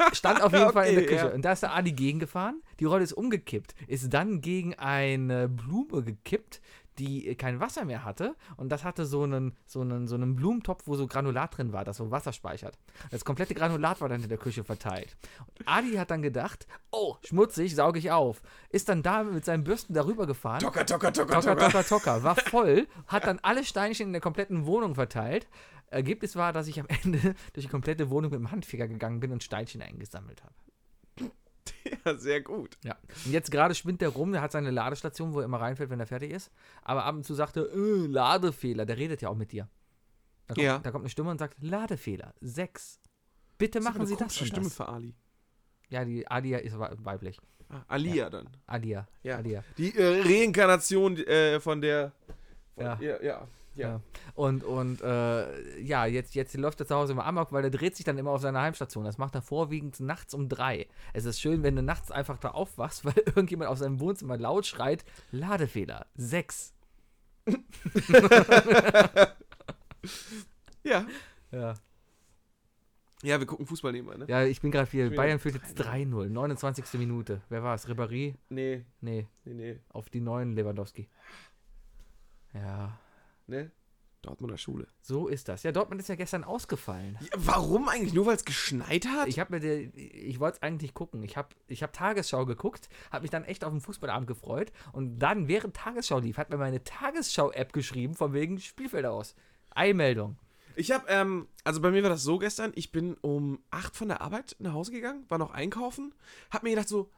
Speaker 4: Äh, stand auf jeden Fall in der
Speaker 3: Okay,
Speaker 4: Küche.
Speaker 3: ja.
Speaker 4: Und da ist der Ali gegengefahren. Die Rolle ist umgekippt. Ist dann gegen eine Blume gekippt. die äh, kein Wasser mehr hatte. Und das hatte so einen, so einen, so einen Blumentopf, wo so Granulat drin war, das so Wasser speichert. Das komplette Granulat war dann in der Küche verteilt. Und Adi hat dann gedacht, oh, schmutzig, sauge ich auf. Ist dann da mit seinen Bürsten darüber gefahren.
Speaker 3: Tocker, tocker, tocker,
Speaker 4: Tocker,
Speaker 3: tocker.
Speaker 4: tocker, tocker. War voll, hat dann alle Steinchen in der kompletten Wohnung verteilt. Ergebnis war, dass ich am Ende durch die komplette Wohnung mit dem Handfeger gegangen bin und Steinchen eingesammelt habe.
Speaker 3: Ja, sehr gut.
Speaker 4: Ja. Und jetzt gerade spinnt der rum, der hat seine Ladestation, wo er immer reinfällt, wenn er fertig ist. Aber ab und zu sagt er, äh, Ladefehler. Der redet ja auch mit dir. Da kommt,
Speaker 3: Ja.
Speaker 4: da kommt eine Stimme und sagt, Ladefehler, 6. Bitte machen Sie das.
Speaker 3: komische
Speaker 4: und
Speaker 3: Stimme
Speaker 4: das.
Speaker 3: für Ali.
Speaker 4: Ja, die Adia ist wei- weiblich.
Speaker 3: Ah, Alia dann.
Speaker 4: Adia.
Speaker 3: Ja.
Speaker 4: Adia.
Speaker 3: Die äh, Reinkarnation äh, von der. Von,
Speaker 4: Ja.
Speaker 3: ja, ja. ja.
Speaker 4: Ja. Und, und äh, ja, jetzt, jetzt läuft er zu Hause immer amok, weil er dreht sich dann immer auf seiner Heimstation. Das macht er vorwiegend nachts um drei. Es ist schön, wenn du nachts einfach da aufwachst, weil irgendjemand aus seinem Wohnzimmer laut schreit, Ladefehler, sechs.
Speaker 3: Ja.
Speaker 4: Ja,
Speaker 3: Ja, wir gucken Fußball nebenan, ne?
Speaker 4: ja ich bin gerade viel.
Speaker 3: bin-
Speaker 4: Bayern führt jetzt 3-0, 29. Minute. Wer war es? Ribéry?
Speaker 3: Nee,
Speaker 4: Nee,
Speaker 3: nee, nee.
Speaker 4: auf die neuen Lewandowski. Ja,
Speaker 3: Ne? Dortmunder Schule.
Speaker 4: so ist das. Ja, Dortmund ist ja gestern ausgefallen.
Speaker 3: Ja, warum eigentlich? Nur weil es geschneit hat?
Speaker 4: Ich habe mir, die- ich wollte es eigentlich gucken. Ich habe, ich habe Tagesschau geguckt, habe mich dann echt auf den Fußballabend gefreut und dann während Tagesschau lief, hat mir meine Tagesschau-App geschrieben von wegen Spielfeld aus. Eilmeldung.
Speaker 3: Ich habe, ähm, also bei mir war das so gestern, ich bin um 8 von der Arbeit nach Hause gegangen, war noch einkaufen, hab mir gedacht so,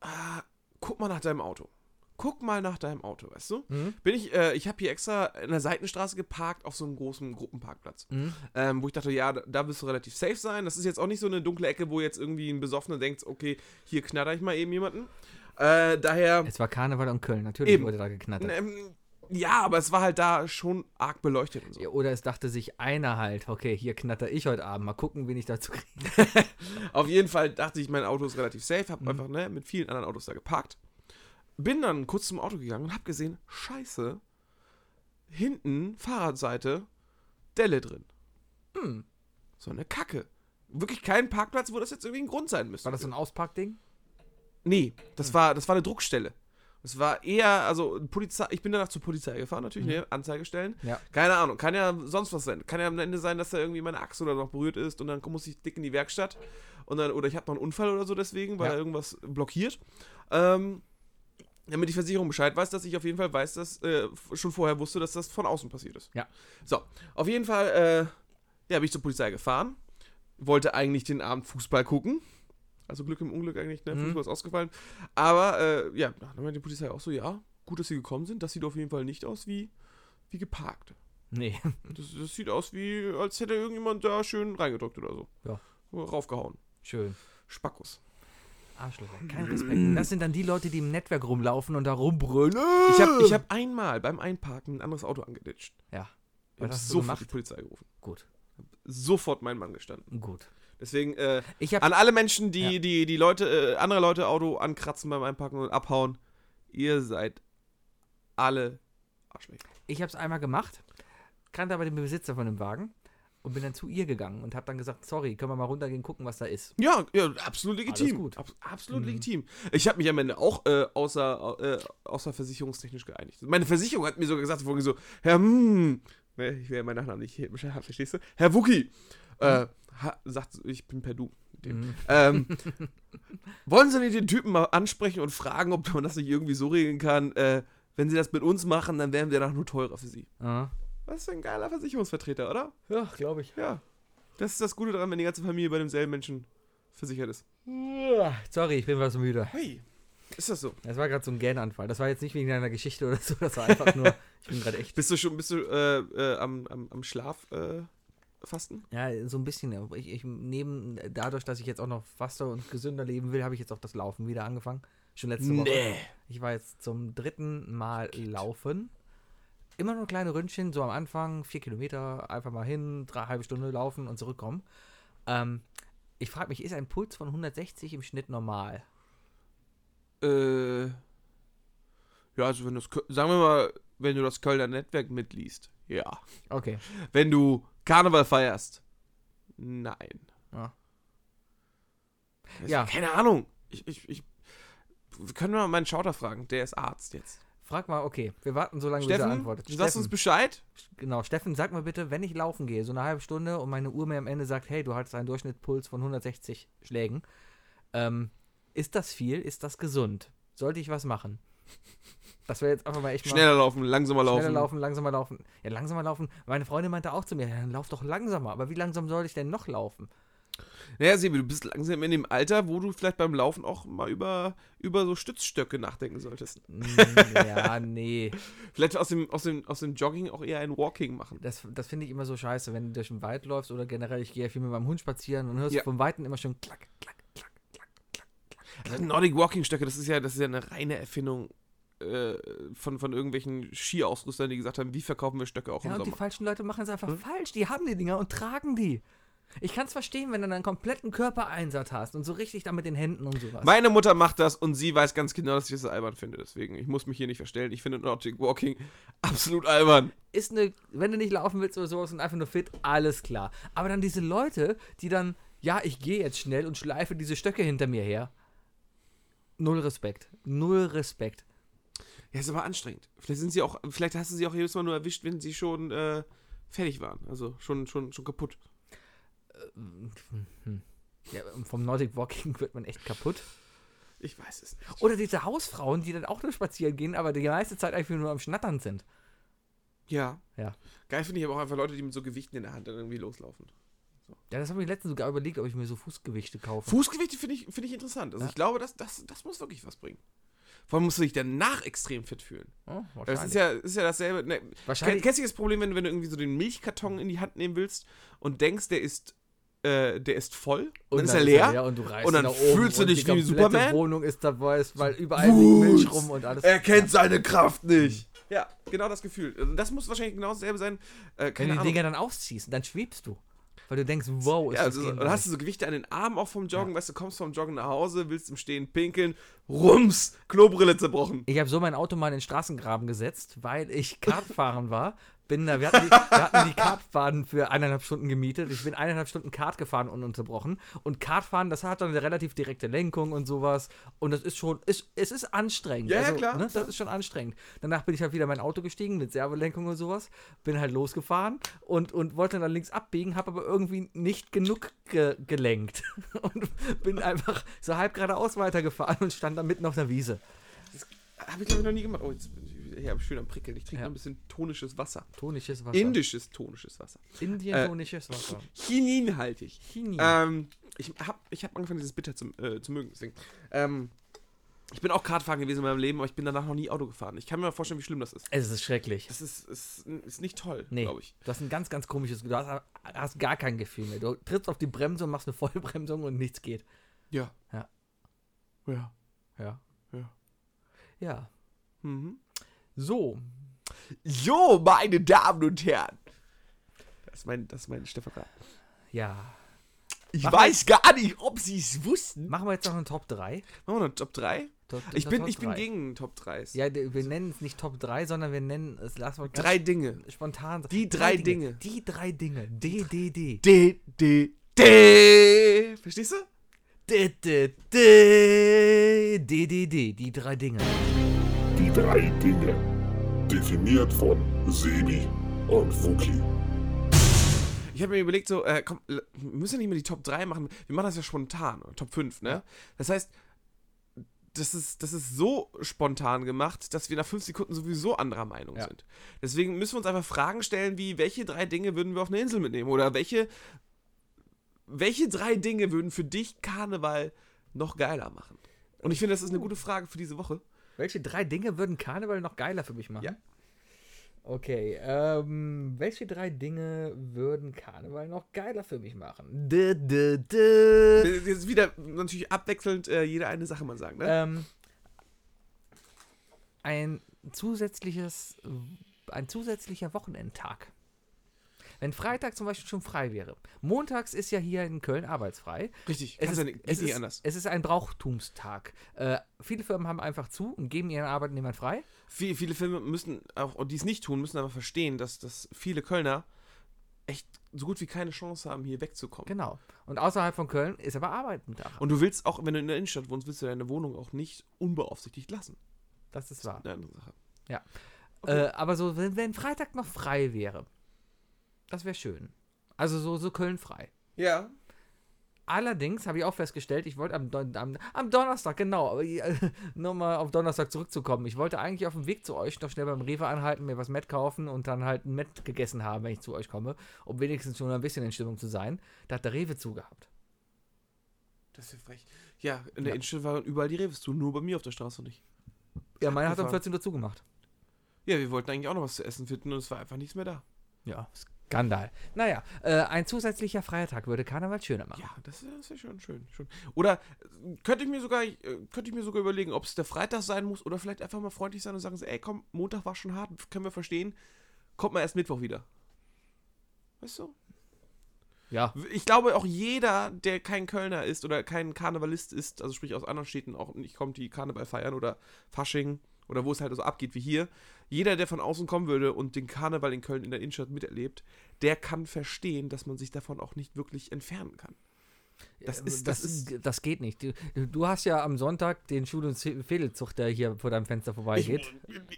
Speaker 3: ah, guck mal nach deinem Auto. Guck mal nach deinem Auto, weißt du? Bin ich, äh, ich habe hier extra in der Seitenstraße geparkt auf so einem großen Gruppenparkplatz. Ähm, wo ich dachte, ja, da, da wirst du relativ safe sein. Das ist jetzt auch nicht so eine dunkle Ecke, wo jetzt irgendwie ein Besoffener denkt, okay, hier knatter ich mal eben jemanden. Äh, daher.
Speaker 4: Es war Karneval in Köln. Natürlich
Speaker 3: Eben.
Speaker 4: wurde da geknattert.
Speaker 3: Ähm, ja, aber es war halt da schon arg beleuchtet und so.
Speaker 4: Ja, Oder es dachte sich einer halt, okay, hier knatter ich heute Abend. Mal gucken, wen ich dazu kriege.
Speaker 3: Auf jeden Fall dachte ich, mein Auto ist relativ safe,
Speaker 4: Mhm.
Speaker 3: habe einfach ne, mit vielen anderen Autos da geparkt. Bin dann kurz zum Auto gegangen und habe gesehen, scheiße, hinten, Fahrradseite, Delle drin.
Speaker 4: Hm.
Speaker 3: So eine Kacke. Wirklich kein Parkplatz, wo das jetzt irgendwie ein Grund sein müsste.
Speaker 4: War das so ein Hm. Ausparkding?
Speaker 3: Nee, das war, das war eine Druckstelle. Das war eher, also Polizei, ich bin danach zur Polizei gefahren,
Speaker 4: Mhm.
Speaker 3: natürlich, ne, Anzeigestellen.
Speaker 4: Ja.
Speaker 3: Keine Ahnung, kann ja sonst was sein. Kann ja am Ende sein, dass da irgendwie meine Achse oder noch berührt ist und dann muss ich dick in die Werkstatt. Und dann, oder ich habe noch einen Unfall oder so deswegen, weil
Speaker 4: Ja.
Speaker 3: da irgendwas blockiert. Ähm, damit die Versicherung Bescheid weiß, dass ich auf jeden Fall weiß, dass äh, f- schon vorher wusste, dass das von außen passiert ist.
Speaker 4: Ja.
Speaker 3: So, auf jeden Fall, äh, ja, bin ich zur Polizei gefahren, wollte eigentlich den Abend Fußball gucken. Also Glück im Unglück eigentlich,
Speaker 4: Mhm.
Speaker 3: ne? Fußball ist ausgefallen. Aber äh, ja, dann meinte die Polizei auch so, ja, gut, dass sie gekommen sind. Das sieht auf jeden Fall nicht aus wie, wie geparkt.
Speaker 4: Nee.
Speaker 3: Das, das sieht aus wie, als hätte irgendjemand da schön reingedrückt oder so.
Speaker 4: Ja.
Speaker 3: Raufgehauen.
Speaker 4: Schön.
Speaker 3: Spackos.
Speaker 4: Arschlöcher. Kein Respekt. Das sind dann die Leute, die im Netzwerk rumlaufen und da rumbrüllen.
Speaker 3: Ich habe ich hab Äh. einmal beim Einparken ein anderes Auto angeditscht.
Speaker 4: Ja.
Speaker 3: Ich
Speaker 4: Was
Speaker 3: habe
Speaker 4: hast du
Speaker 3: sofort die
Speaker 4: gemacht?
Speaker 3: Polizei gerufen.
Speaker 4: Gut.
Speaker 3: Sofort mein Mann gestanden.
Speaker 4: Gut.
Speaker 3: Deswegen, äh,
Speaker 4: Ich hab-
Speaker 3: an alle Menschen, die,
Speaker 4: Ja.
Speaker 3: die, die Leute, äh, andere Leute Auto ankratzen beim Einparken und abhauen, ihr seid alle Arschlöcher.
Speaker 4: Ich habe es einmal gemacht, kannte aber den Besitzer von dem Wagen und bin dann zu ihr gegangen und habe dann gesagt, sorry, können wir mal runtergehen, gucken, was da ist.
Speaker 3: Ja, ja, absolut legitim.
Speaker 4: Alles gut. Mhm.
Speaker 3: Abs- absolut legitim. Ich habe mich am Ende auch äh, außer, äh, außer versicherungstechnisch geeinigt. Meine Versicherung hat mir sogar gesagt, vorhin so, Herr, hm, ne, ich will ja meinen Nachnamen nicht hier, verstehst du? Herr Wuki,
Speaker 4: Mhm.
Speaker 3: äh, ha, sagt, ich bin per Du. mit dem. Ähm, wollen Sie nicht den Typen mal ansprechen und fragen, ob man das nicht irgendwie so regeln kann? Äh, wenn Sie das mit uns machen, dann wären wir danach nur teurer für Sie.
Speaker 4: Ah.
Speaker 3: Was für ein geiler Versicherungsvertreter, oder?
Speaker 4: Ja, glaube ich.
Speaker 3: Ja. Das ist das Gute daran, wenn die ganze Familie bei demselben Menschen versichert ist.
Speaker 4: Sorry, ich bin was müde.
Speaker 3: Hey, ist das so?
Speaker 4: Das war gerade so ein Gähnanfall. Das war jetzt nicht wegen deiner Geschichte oder so, das war einfach nur, ich bin gerade echt.
Speaker 3: Bist du schon, bist du äh, äh, am, am, am Schlaf äh, fasten?
Speaker 4: Ja, so ein bisschen. ja. Ich, ich neben, dadurch, dass ich jetzt auch noch faste und gesünder leben will, habe ich jetzt auch das Laufen wieder angefangen. Schon letzte Woche. Ich war jetzt zum dritten Mal laufen. Immer nur kleine Ründchen, so am Anfang, vier Kilometer, einfach mal hin, drei halbe Stunde laufen und zurückkommen. Ähm, ich frage mich, ist ein Puls von 160 im Schnitt normal?
Speaker 3: Äh, ja, also wenn du das, Kö- sagen wir mal, wenn du das Kölner Netzwerk mitliest, ja.
Speaker 4: Okay.
Speaker 3: Wenn du Karneval feierst, nein.
Speaker 4: Ja.
Speaker 3: Also,
Speaker 4: Ja.
Speaker 3: Keine Ahnung. Ich, ich, ich, wir können wir mal meinen Schauter fragen, der ist Arzt jetzt.
Speaker 4: Frag mal, okay, wir warten so lange, bis er
Speaker 3: Steffen,
Speaker 4: antwortet.
Speaker 3: du sagst uns Bescheid.
Speaker 4: genau, Steffen, sag mal bitte, wenn ich laufen gehe, so eine halbe Stunde und meine Uhr mir am Ende sagt, hey, du hattest einen Durchschnittspuls von 160 Schlägen, ähm, ist das viel? Ist das gesund? Sollte ich was machen? Das wäre jetzt einfach mal echt mal
Speaker 3: Schneller laufen, langsamer laufen.
Speaker 4: schneller laufen, langsamer laufen. Ja, langsamer laufen. Meine Freundin meinte auch zu mir, ja, dann lauf doch langsamer. Aber wie langsam soll ich denn noch laufen?
Speaker 3: Naja, Sebi, du bist langsam in dem Alter, wo du vielleicht beim Laufen auch mal über, über so Stützstöcke nachdenken solltest.
Speaker 4: Mm, ja, nee.
Speaker 3: Vielleicht aus dem, aus, dem, aus dem Jogging auch eher ein Walking machen.
Speaker 4: Das, das finde ich immer so scheiße, wenn du durch den Wald läufst oder generell, ich gehe ja viel mit meinem Hund spazieren und hörst
Speaker 3: Ja.
Speaker 4: vom Weiten immer schon klack, klack, klack.
Speaker 3: Also Nordic Walking Stöcke, das ist ja, das ist ja eine reine Erfindung äh, von, von irgendwelchen Skiausrüstern, die gesagt haben, wie verkaufen wir Stöcke auch
Speaker 4: Ja,
Speaker 3: im
Speaker 4: und die
Speaker 3: Sommer.
Speaker 4: falschen Leute machen es
Speaker 3: Hm?
Speaker 4: einfach falsch. Die haben die Dinger und tragen die. Ich kann es verstehen, wenn du deinen kompletten Körpereinsatz hast und so richtig dann mit den Händen und sowas.
Speaker 3: Meine Mutter macht das und sie weiß ganz genau, dass ich das albern finde. Deswegen, ich muss mich hier nicht verstellen. Ich finde Nordic Walking absolut albern.
Speaker 4: ist eine, wenn du nicht laufen willst oder sowas und einfach nur fit, alles klar. Aber dann diese Leute, die dann, ja, ich gehe jetzt schnell und schleife diese Stöcke hinter mir her. Null Respekt. Null Respekt.
Speaker 3: Ja, ist aber anstrengend. Vielleicht sind sie auch, vielleicht hast du sie auch jedes Mal nur erwischt, wenn sie schon äh, fertig waren. Also schon, schon, schon kaputt.
Speaker 4: Ja, vom Nordic Walking wird man echt kaputt.
Speaker 3: Ich weiß es nicht.
Speaker 4: Oder diese Hausfrauen, die dann auch nur spazieren gehen, aber die meiste Zeit einfach nur am Schnattern sind.
Speaker 3: Ja.
Speaker 4: Ja.
Speaker 3: Geil finde ich aber auch einfach Leute, die mit so Gewichten in der Hand dann irgendwie loslaufen.
Speaker 4: Ja, das habe ich letztens sogar überlegt, ob ich mir so Fußgewichte kaufe.
Speaker 3: Fußgewichte finde ich, finde ich interessant. Also ich glaube, das, das, das muss wirklich was bringen. Vor allem musst du dich danach extrem fit fühlen.
Speaker 4: Oh,
Speaker 3: Das ist ja, ist ja dasselbe. Ne,
Speaker 4: wahrscheinlich,
Speaker 3: kenn, kennst du das Problem, wenn, du- wenn du irgendwie so den Milchkarton in die Hand nehmen willst und denkst, der ist, äh, der ist voll, und dann ist er leer.
Speaker 4: und, du reißt
Speaker 3: und dann
Speaker 4: ihn nach oben
Speaker 3: fühlst du
Speaker 4: und
Speaker 3: dich
Speaker 4: die
Speaker 3: wie
Speaker 4: komplette
Speaker 3: Superman?
Speaker 4: Wohnung ist dabei, ist, weil überall liegt Milch rum und alles. Mhm.
Speaker 3: Er kennt seine Kraft nicht. Ja, genau das Gefühl. Also Das muss wahrscheinlich genau dasselbe sein. Äh,
Speaker 4: Wenn
Speaker 3: keine
Speaker 4: du die
Speaker 3: Ahnung.
Speaker 4: Dinger dann aufziehst, dann schwebst du. Weil du denkst, wow, ist
Speaker 3: ja, also,
Speaker 4: das gehen
Speaker 3: dann hast du so Gewichte an den Armen auch vom Joggen, weißt du, kommst vom Joggen nach Hause, willst im Stehen pinkeln, rums, Klobrille zerbrochen.
Speaker 4: Ich habe so mein Auto mal in den Straßengraben gesetzt, weil ich Kartfahren war. Bin da, wir, hatten die, wir hatten die Kartbahnen für eineinhalb Stunden gemietet. Ich bin eineinhalb Stunden Kart gefahren ununterbrochen. Und Kartfahren, das hat dann eine relativ direkte Lenkung und sowas. Und das ist schon, ist, es ist anstrengend.
Speaker 3: Ja, ja, klar.
Speaker 4: Ne, das ist schon anstrengend. Danach bin ich halt wieder in mein Auto gestiegen mit Servolenkung und sowas. Bin halt losgefahren und, und wollte dann links abbiegen, habe aber irgendwie nicht genug ge gelenkt. Und bin einfach so halb geradeaus weitergefahren und stand dann mitten auf der Wiese.
Speaker 3: Habe ich glaube ich noch nie gemacht. Oh, jetzt bin ich hier schön am Prickeln. Ich trinke
Speaker 4: Ja.
Speaker 3: noch ein bisschen tonisches Wasser.
Speaker 4: Tonisches Wasser.
Speaker 3: Indisches tonisches Wasser. Äh,
Speaker 4: Indien-tonisches Wasser.
Speaker 3: Chininhaltig.
Speaker 4: Chinin.
Speaker 3: Ähm, ich habe ich hab angefangen, dieses Bitter zu, äh, zu mögen. Deswegen. Ähm, ich bin auch Kartfahren gewesen in meinem Leben, aber ich bin danach noch nie Auto gefahren. Ich kann mir mal vorstellen, wie schlimm das ist.
Speaker 4: es ist schrecklich.
Speaker 3: Das ist, ist, ist nicht toll,
Speaker 4: Nee,
Speaker 3: glaube ich.
Speaker 4: du hast ein ganz, ganz komisches, du hast, hast gar kein Gefühl mehr. Du trittst auf die Bremse und machst eine Vollbremsung und nichts geht.
Speaker 3: Ja.
Speaker 4: Ja.
Speaker 3: Ja.
Speaker 4: Ja.
Speaker 3: Ja.
Speaker 4: Ja.
Speaker 3: Mhm.
Speaker 4: So.
Speaker 3: Jo, meine Damen und Herren. Das ist mein, das ist mein Stefan Raab.
Speaker 4: Ja.
Speaker 3: Ich
Speaker 4: Mach
Speaker 3: weiß gar nicht, ob sie es wussten.
Speaker 4: Machen wir jetzt noch einen Top 3.
Speaker 3: Machen wir noch Top 3?
Speaker 4: Top,
Speaker 3: Ich
Speaker 4: Top-
Speaker 3: bin,
Speaker 4: Top
Speaker 3: ich bin
Speaker 4: 3.
Speaker 3: gegen Top 3s.
Speaker 4: Ja, d- wir nennen es nicht Top 3, sondern wir nennen es, lass mal ganz
Speaker 3: Drei Dinge.
Speaker 4: spontan sagen.
Speaker 3: Die drei Dinge.
Speaker 4: Die drei Dinge. DDD.
Speaker 3: D, D, D. Verstehst du?
Speaker 4: DDD. DDD. Die drei Dinge.
Speaker 5: Die drei Dinge. Definiert von Sebi und Wookie.
Speaker 3: Ich habe mir überlegt, so, äh, komm, l- wir müssen ja nicht mehr die Top 3 machen. Wir machen das ja spontan. oder Top 5, ne? Das heißt, das ist, das ist so spontan gemacht, dass wir nach 5 Sekunden sowieso anderer Meinung sind. Deswegen müssen wir uns einfach Fragen stellen, wie, welche drei Dinge würden wir auf eine Insel mitnehmen? Oder welche, welche drei Dinge würden für dich Karneval noch geiler machen? Und ich finde, das ist eine gute Frage für diese Woche.
Speaker 4: Welche drei Dinge würden Karneval noch geiler für mich machen?
Speaker 3: Ja.
Speaker 4: Okay, ähm, welche drei Dinge würden Karneval noch geiler für mich machen? D -d -d.
Speaker 3: Das ist wieder natürlich abwechselnd äh, jede eine Sache mal sagen, ne?
Speaker 4: Ähm, ein zusätzliches, ein zusätzlicher Wochenendtag. Wenn Freitag zum Beispiel schon frei wäre. Montags ist ja hier in Köln arbeitsfrei.
Speaker 3: Richtig,
Speaker 4: Es
Speaker 3: kannst
Speaker 4: ist,
Speaker 3: ja nicht- geht
Speaker 4: es,
Speaker 3: nicht
Speaker 4: ist,
Speaker 3: anders.
Speaker 4: es ist ein Brauchtumstag. Äh, viele Firmen haben einfach zu und geben ihren Arbeitnehmern frei.
Speaker 3: Viele, viele Filme müssen, auch die es nicht tun, müssen aber verstehen, dass, dass viele Kölner echt so gut wie keine Chance haben, hier wegzukommen.
Speaker 4: Genau. Und außerhalb von Köln ist aber Arbeitentag.
Speaker 3: Und du willst auch, wenn du in der Innenstadt wohnst, willst du deine Wohnung auch nicht unbeaufsichtigt lassen.
Speaker 4: Das ist wahr.
Speaker 3: Eine andere Sache.
Speaker 4: Ja. Äh, aber so, wenn, wenn Freitag noch frei wäre, das wäre schön. Also so, so Köln frei.
Speaker 3: Ja.
Speaker 4: Allerdings habe ich auch festgestellt, ich wollte am, Don am, am Donnerstag, genau, aber, äh, nur mal auf Donnerstag zurückzukommen. Ich wollte eigentlich auf dem Weg zu euch noch schnell beim Rewe anhalten, mir was Met kaufen und dann halt ein Met gegessen haben, wenn ich zu euch komme, um wenigstens schon ein bisschen in Stimmung zu sein. Da hat der Rewe zugehabt.
Speaker 3: Das ist ja frech. Ja, in der Innenstadt waren überall die Reves zu, nur bei mir auf der Straße nicht.
Speaker 4: Ja, meine hat um
Speaker 3: Abgefahren.
Speaker 4: 14 Uhr zugemacht.
Speaker 3: Ja, wir wollten eigentlich auch noch was zu essen finden und es war einfach nichts mehr da.
Speaker 4: Ja, Skandal. Naja, äh, ein zusätzlicher Freitag würde Karneval schöner machen.
Speaker 3: Ja, das ist das ist ja schon schön. schön. Oder äh, könnte ich mir sogar äh, könnte ich mir sogar überlegen, ob es der Freitag sein muss oder vielleicht einfach mal freundlich sein und sagen, so, ey, komm, Montag war schon hart, können wir verstehen. Kommt mal erst Mittwoch wieder. Weißt du?
Speaker 4: Ja,
Speaker 3: Ich glaube, auch jeder, der kein Kölner ist oder kein Karnevalist ist, also sprich aus anderen Städten auch nicht kommt, die Karneval feiern oder Fasching oder wo es halt so abgeht wie hier, jeder, der von außen kommen würde und den Karneval in Köln in der Innenstadt miterlebt, der kann verstehen, dass man sich davon auch nicht wirklich entfernen kann. Das ist, das, ist,
Speaker 4: äh, das geht nicht. Du, du hast ja am Sonntag den Schul- und Fädelzug, der hier vor deinem Fenster vorbeigeht.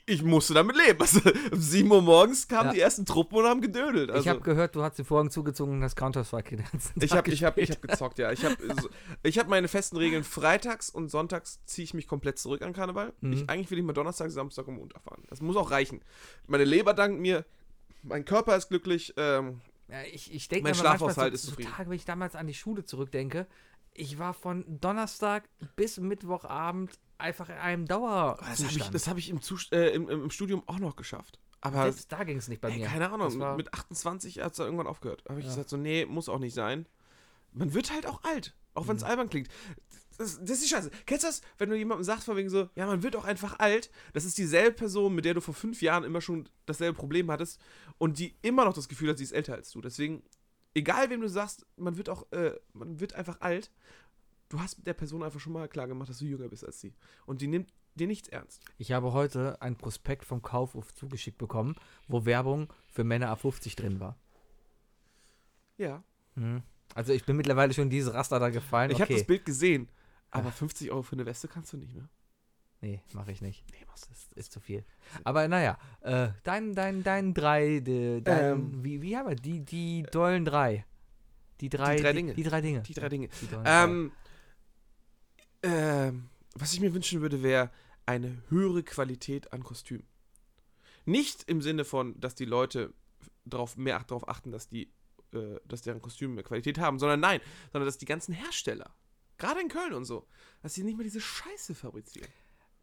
Speaker 3: ich musste damit leben. Also, um 7 Uhr morgens kamen
Speaker 4: Ja.
Speaker 3: die ersten Truppen und haben gedödelt. Also,
Speaker 4: ich habe gehört, du hast den Vorhang zugezogen und hast Counter-Strike den ganzen
Speaker 3: ich
Speaker 4: Tag
Speaker 3: habe ich hab, ich
Speaker 4: gespielt.
Speaker 3: hab gezockt, ja. Ich habe so, ich hab meine festen Regeln. Freitags und sonntags ziehe ich mich komplett zurück an Karneval. Ich, eigentlich will ich mal Donnerstag, Samstag und Montag fahren. Das muss auch reichen. Meine Leber dankt mir. Mein Körper ist glücklich. Ähm,
Speaker 4: Ja, ich, ich denke
Speaker 3: Mein
Speaker 4: mir manchmal
Speaker 3: Schlafhaushalt
Speaker 4: so,
Speaker 3: ist zufrieden.
Speaker 4: So Tage, wenn ich damals an die Schule zurückdenke, ich war von Donnerstag bis Mittwochabend einfach in einem
Speaker 3: Oh, das habe ich,
Speaker 4: Dauerzustand.
Speaker 3: das hab ich im, Zust äh, im, im, im Studium auch noch geschafft. Aber
Speaker 4: Selbst da ging es nicht bei
Speaker 3: halt- Ey,
Speaker 4: mir.
Speaker 3: keine Ahnung,
Speaker 4: Das war-
Speaker 3: mit 28 hat es irgendwann aufgehört. Da habe ich gesagt, so, nee, muss auch nicht sein. Man wird halt auch alt, auch wenn es
Speaker 4: Mhm.
Speaker 3: albern klingt. Das, das ist die Scheiße. Kennst du das, wenn du jemandem sagst, von wegen so, ja, man wird auch einfach alt, das ist dieselbe Person, mit der du vor fünf Jahren immer schon dasselbe Problem hattest und die immer noch das Gefühl hat, sie ist älter als du. Deswegen, egal wem du sagst, man wird auch, äh, man wird einfach alt, du hast der Person einfach schon mal klar gemacht, dass du jünger bist als sie. Und die nimmt dir nichts ernst.
Speaker 4: Ich habe heute ein Prospekt vom Kaufhof zugeschickt bekommen, wo Werbung für Männer ab 50 drin war.
Speaker 3: Ja.
Speaker 4: Also ich bin mittlerweile schon in dieses Raster da gefallen.
Speaker 3: Ich
Speaker 4: okay. Ah.
Speaker 3: habe das Bild gesehen, aber 50 Euro für eine Weste kannst du nicht, ne?
Speaker 4: Nee, mache ich nicht. Nee, was ist, ist zu viel. Aber naja, äh, dein, dein, dein drei, de, dein,
Speaker 3: Ähm.
Speaker 4: wie, wie haben wir die, die dollen drei? Die drei,
Speaker 3: drei Dinge.
Speaker 4: Die, drei Dinge.
Speaker 3: Die drei Dinge.
Speaker 4: Die dollen
Speaker 3: Ähm, ähm, was ich mir wünschen würde, wäre eine höhere Qualität an Kostüm. Nicht im Sinne von, dass die Leute drauf, mehr ach- darauf achten, dass die, äh, dass deren Kostüme mehr Qualität haben, sondern nein, sondern dass die ganzen Hersteller, gerade in Köln und so, dass sie nicht mehr diese Scheiße fabrizieren.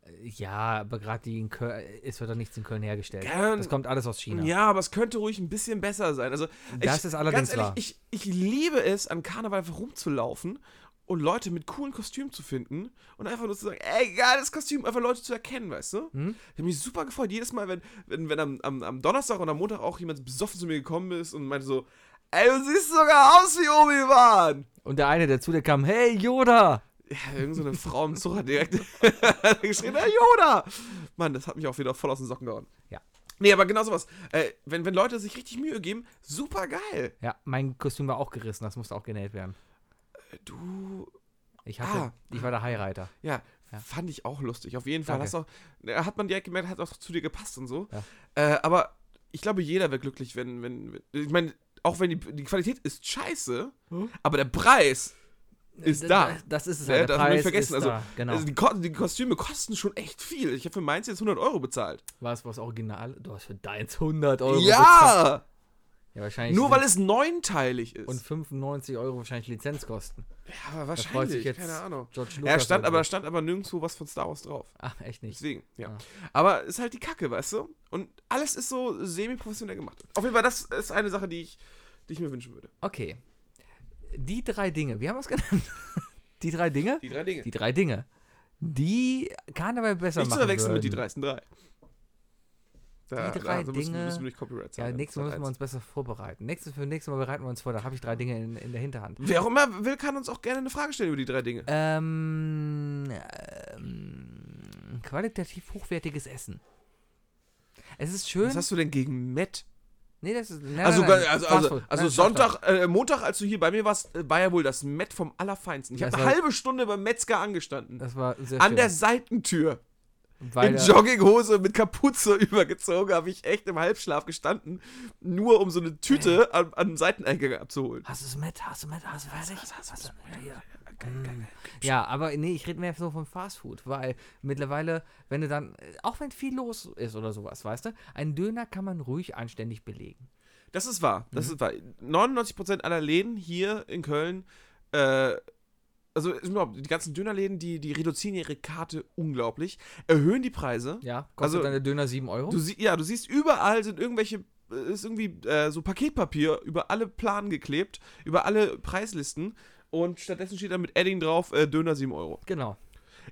Speaker 4: drei. Ja, aber gerade die in Köln, es wird doch nichts in Köln hergestellt.
Speaker 3: Gern.
Speaker 4: Das kommt alles aus China.
Speaker 3: Ja, aber es könnte ruhig ein bisschen besser sein. Also,
Speaker 4: Das
Speaker 3: ich,
Speaker 4: ist
Speaker 3: ganz
Speaker 4: allerdings
Speaker 3: ehrlich,
Speaker 4: wahr.
Speaker 3: Ich, ich liebe es, an Karneval einfach rumzulaufen und Leute mit coolen Kostümen zu finden und einfach nur zu sagen, ey, geiles Kostüm, einfach Leute zu erkennen, weißt du?
Speaker 4: Hm?
Speaker 3: Ich habe mich super gefreut, jedes Mal, wenn, wenn, wenn am, am, am Donnerstag und am Montag auch jemand besoffen zu mir gekommen ist und meinte so, ey, du siehst sogar aus wie Obi-Wan.
Speaker 4: Und der eine, der zu dir kam, hey Yoda!
Speaker 3: Ja, irgend so eine Frau im Zug hat direkt hat geschrien, hey Yoda! Mann, das hat mich auch wieder voll aus den Socken gehauen.
Speaker 4: Ja.
Speaker 3: Nee, aber genau sowas. Äh, wenn, wenn Leute sich richtig Mühe geben, super geil.
Speaker 4: Ja, mein Kostüm war auch gerissen, das musste auch genäht werden.
Speaker 3: Du,
Speaker 4: Ich hatte,
Speaker 3: Ah.
Speaker 4: ich war der Highreiter.
Speaker 3: ja, fand ich auch lustig. Auf jeden Fall.
Speaker 4: Danke.
Speaker 3: Hast auch, äh, hat man direkt gemerkt, hat auch zu dir gepasst und so.
Speaker 4: Ja.
Speaker 3: Äh, aber ich glaube, jeder wäre glücklich, wenn, wenn, wenn- ich meine, auch wenn die, die Qualität ist scheiße, aber der Preis ist da.
Speaker 4: Hm? Äh, Das ist es
Speaker 3: Ja,
Speaker 4: halt.
Speaker 3: darf
Speaker 4: der
Speaker 3: man nicht
Speaker 4: Preis
Speaker 3: vergessen.
Speaker 4: ist
Speaker 3: Also,
Speaker 4: da. Genau.
Speaker 3: also die, Ko die Kostüme kosten schon echt viel. Ich habe für meins jetzt 100 Euro bezahlt.
Speaker 4: war es was Original? Du hast für deins 100 Euro bezahlt.
Speaker 3: ja!
Speaker 4: Ja, wahrscheinlich.
Speaker 3: Nur
Speaker 4: sind-
Speaker 3: weil es neunteilig ist.
Speaker 4: Und 95 Euro wahrscheinlich Lizenzkosten.
Speaker 3: ja, aber
Speaker 4: Da freut
Speaker 3: wahrscheinlich.
Speaker 4: sich jetzt
Speaker 3: keine Ahnung.
Speaker 4: George Lucas.
Speaker 3: Ja, stand
Speaker 4: oder
Speaker 3: aber,
Speaker 4: so.
Speaker 3: stand aber nirgendwo was von Star Wars drauf.
Speaker 4: Ach, echt nicht.
Speaker 3: Deswegen, ja.
Speaker 4: Ah.
Speaker 3: Aber ist halt die Kacke, weißt du? Und alles ist so semi-professionell gemacht. Auf jeden Fall, das ist eine Sache, die ich, die ich mir wünschen würde.
Speaker 4: Okay. Die drei Dinge. Wir haben was genannt. Die drei Dinge?
Speaker 3: Die drei Dinge.
Speaker 4: Die drei Dinge. Die Karneval besser
Speaker 3: Nicht zu
Speaker 4: machen.
Speaker 3: verwechseln mit die
Speaker 4: würden.
Speaker 3: dreisten drei. Da,
Speaker 4: Die drei
Speaker 3: da müssen,
Speaker 4: Dinge-
Speaker 3: müssen wir durch Copyright
Speaker 4: Ja,
Speaker 3: zahlen.
Speaker 4: nächstes
Speaker 3: Das
Speaker 4: Mal
Speaker 3: ist
Speaker 4: müssen wir uns
Speaker 3: eins.
Speaker 4: besser vorbereiten. Nächstes, für nächstes Mal bereiten wir uns vor. Da habe ich drei Dinge in, in der Hinterhand.
Speaker 3: Wer auch immer will, kann uns auch gerne eine Frage stellen über die drei Dinge.
Speaker 4: Ähm, ähm, qualitativ hochwertiges Essen. Es ist schön.
Speaker 3: Was hast du denn gegen Matt?
Speaker 4: nee, das ist. Nein,
Speaker 3: Also,
Speaker 4: nein, nein,
Speaker 3: also,
Speaker 4: Fast
Speaker 3: also,
Speaker 4: Food.
Speaker 3: also
Speaker 4: Nein,
Speaker 3: Sonntag, äh, Montag, als du hier bei mir warst, äh, war ja wohl das Met vom Allerfeinsten. Ich
Speaker 4: Ja,
Speaker 3: habe
Speaker 4: es
Speaker 3: eine
Speaker 4: war-
Speaker 3: halbe Stunde beim Metzger angestanden.
Speaker 4: Das war sehr
Speaker 3: An
Speaker 4: schön.
Speaker 3: der Seitentür.
Speaker 4: Weil
Speaker 3: in
Speaker 4: er-
Speaker 3: Jogginghose mit Kapuze übergezogen habe ich echt im Halbschlaf gestanden, nur um so eine Tüte
Speaker 4: Äh.
Speaker 3: am, am Seiteneingang abzuholen.
Speaker 4: Hast du es mit? Hast du mit? Hast du weiß ich? Hast du hier? Mm. Ja, aber nee, ich rede mehr so von Fastfood, weil mittlerweile, wenn du dann, äh, auch wenn viel los ist oder sowas, weißt du, einen Döner kann man ruhig anständig belegen.
Speaker 3: Das ist wahr.
Speaker 4: Mhm.
Speaker 3: Das ist wahr. 99% aller Läden hier in Köln, äh, also überhaupt, die ganzen Dönerläden, die, die reduzieren ihre Karte unglaublich, erhöhen die Preise.
Speaker 4: Ja,
Speaker 3: Also,
Speaker 4: kostet dann der Döner 7 Euro?
Speaker 3: Du sie ja, du siehst überall sind irgendwelche äh, ist irgendwie äh, so Paketpapier über alle Planen geklebt, über alle Preislisten und stattdessen steht da mit Edding drauf äh, Döner 7 Euro.
Speaker 4: genau.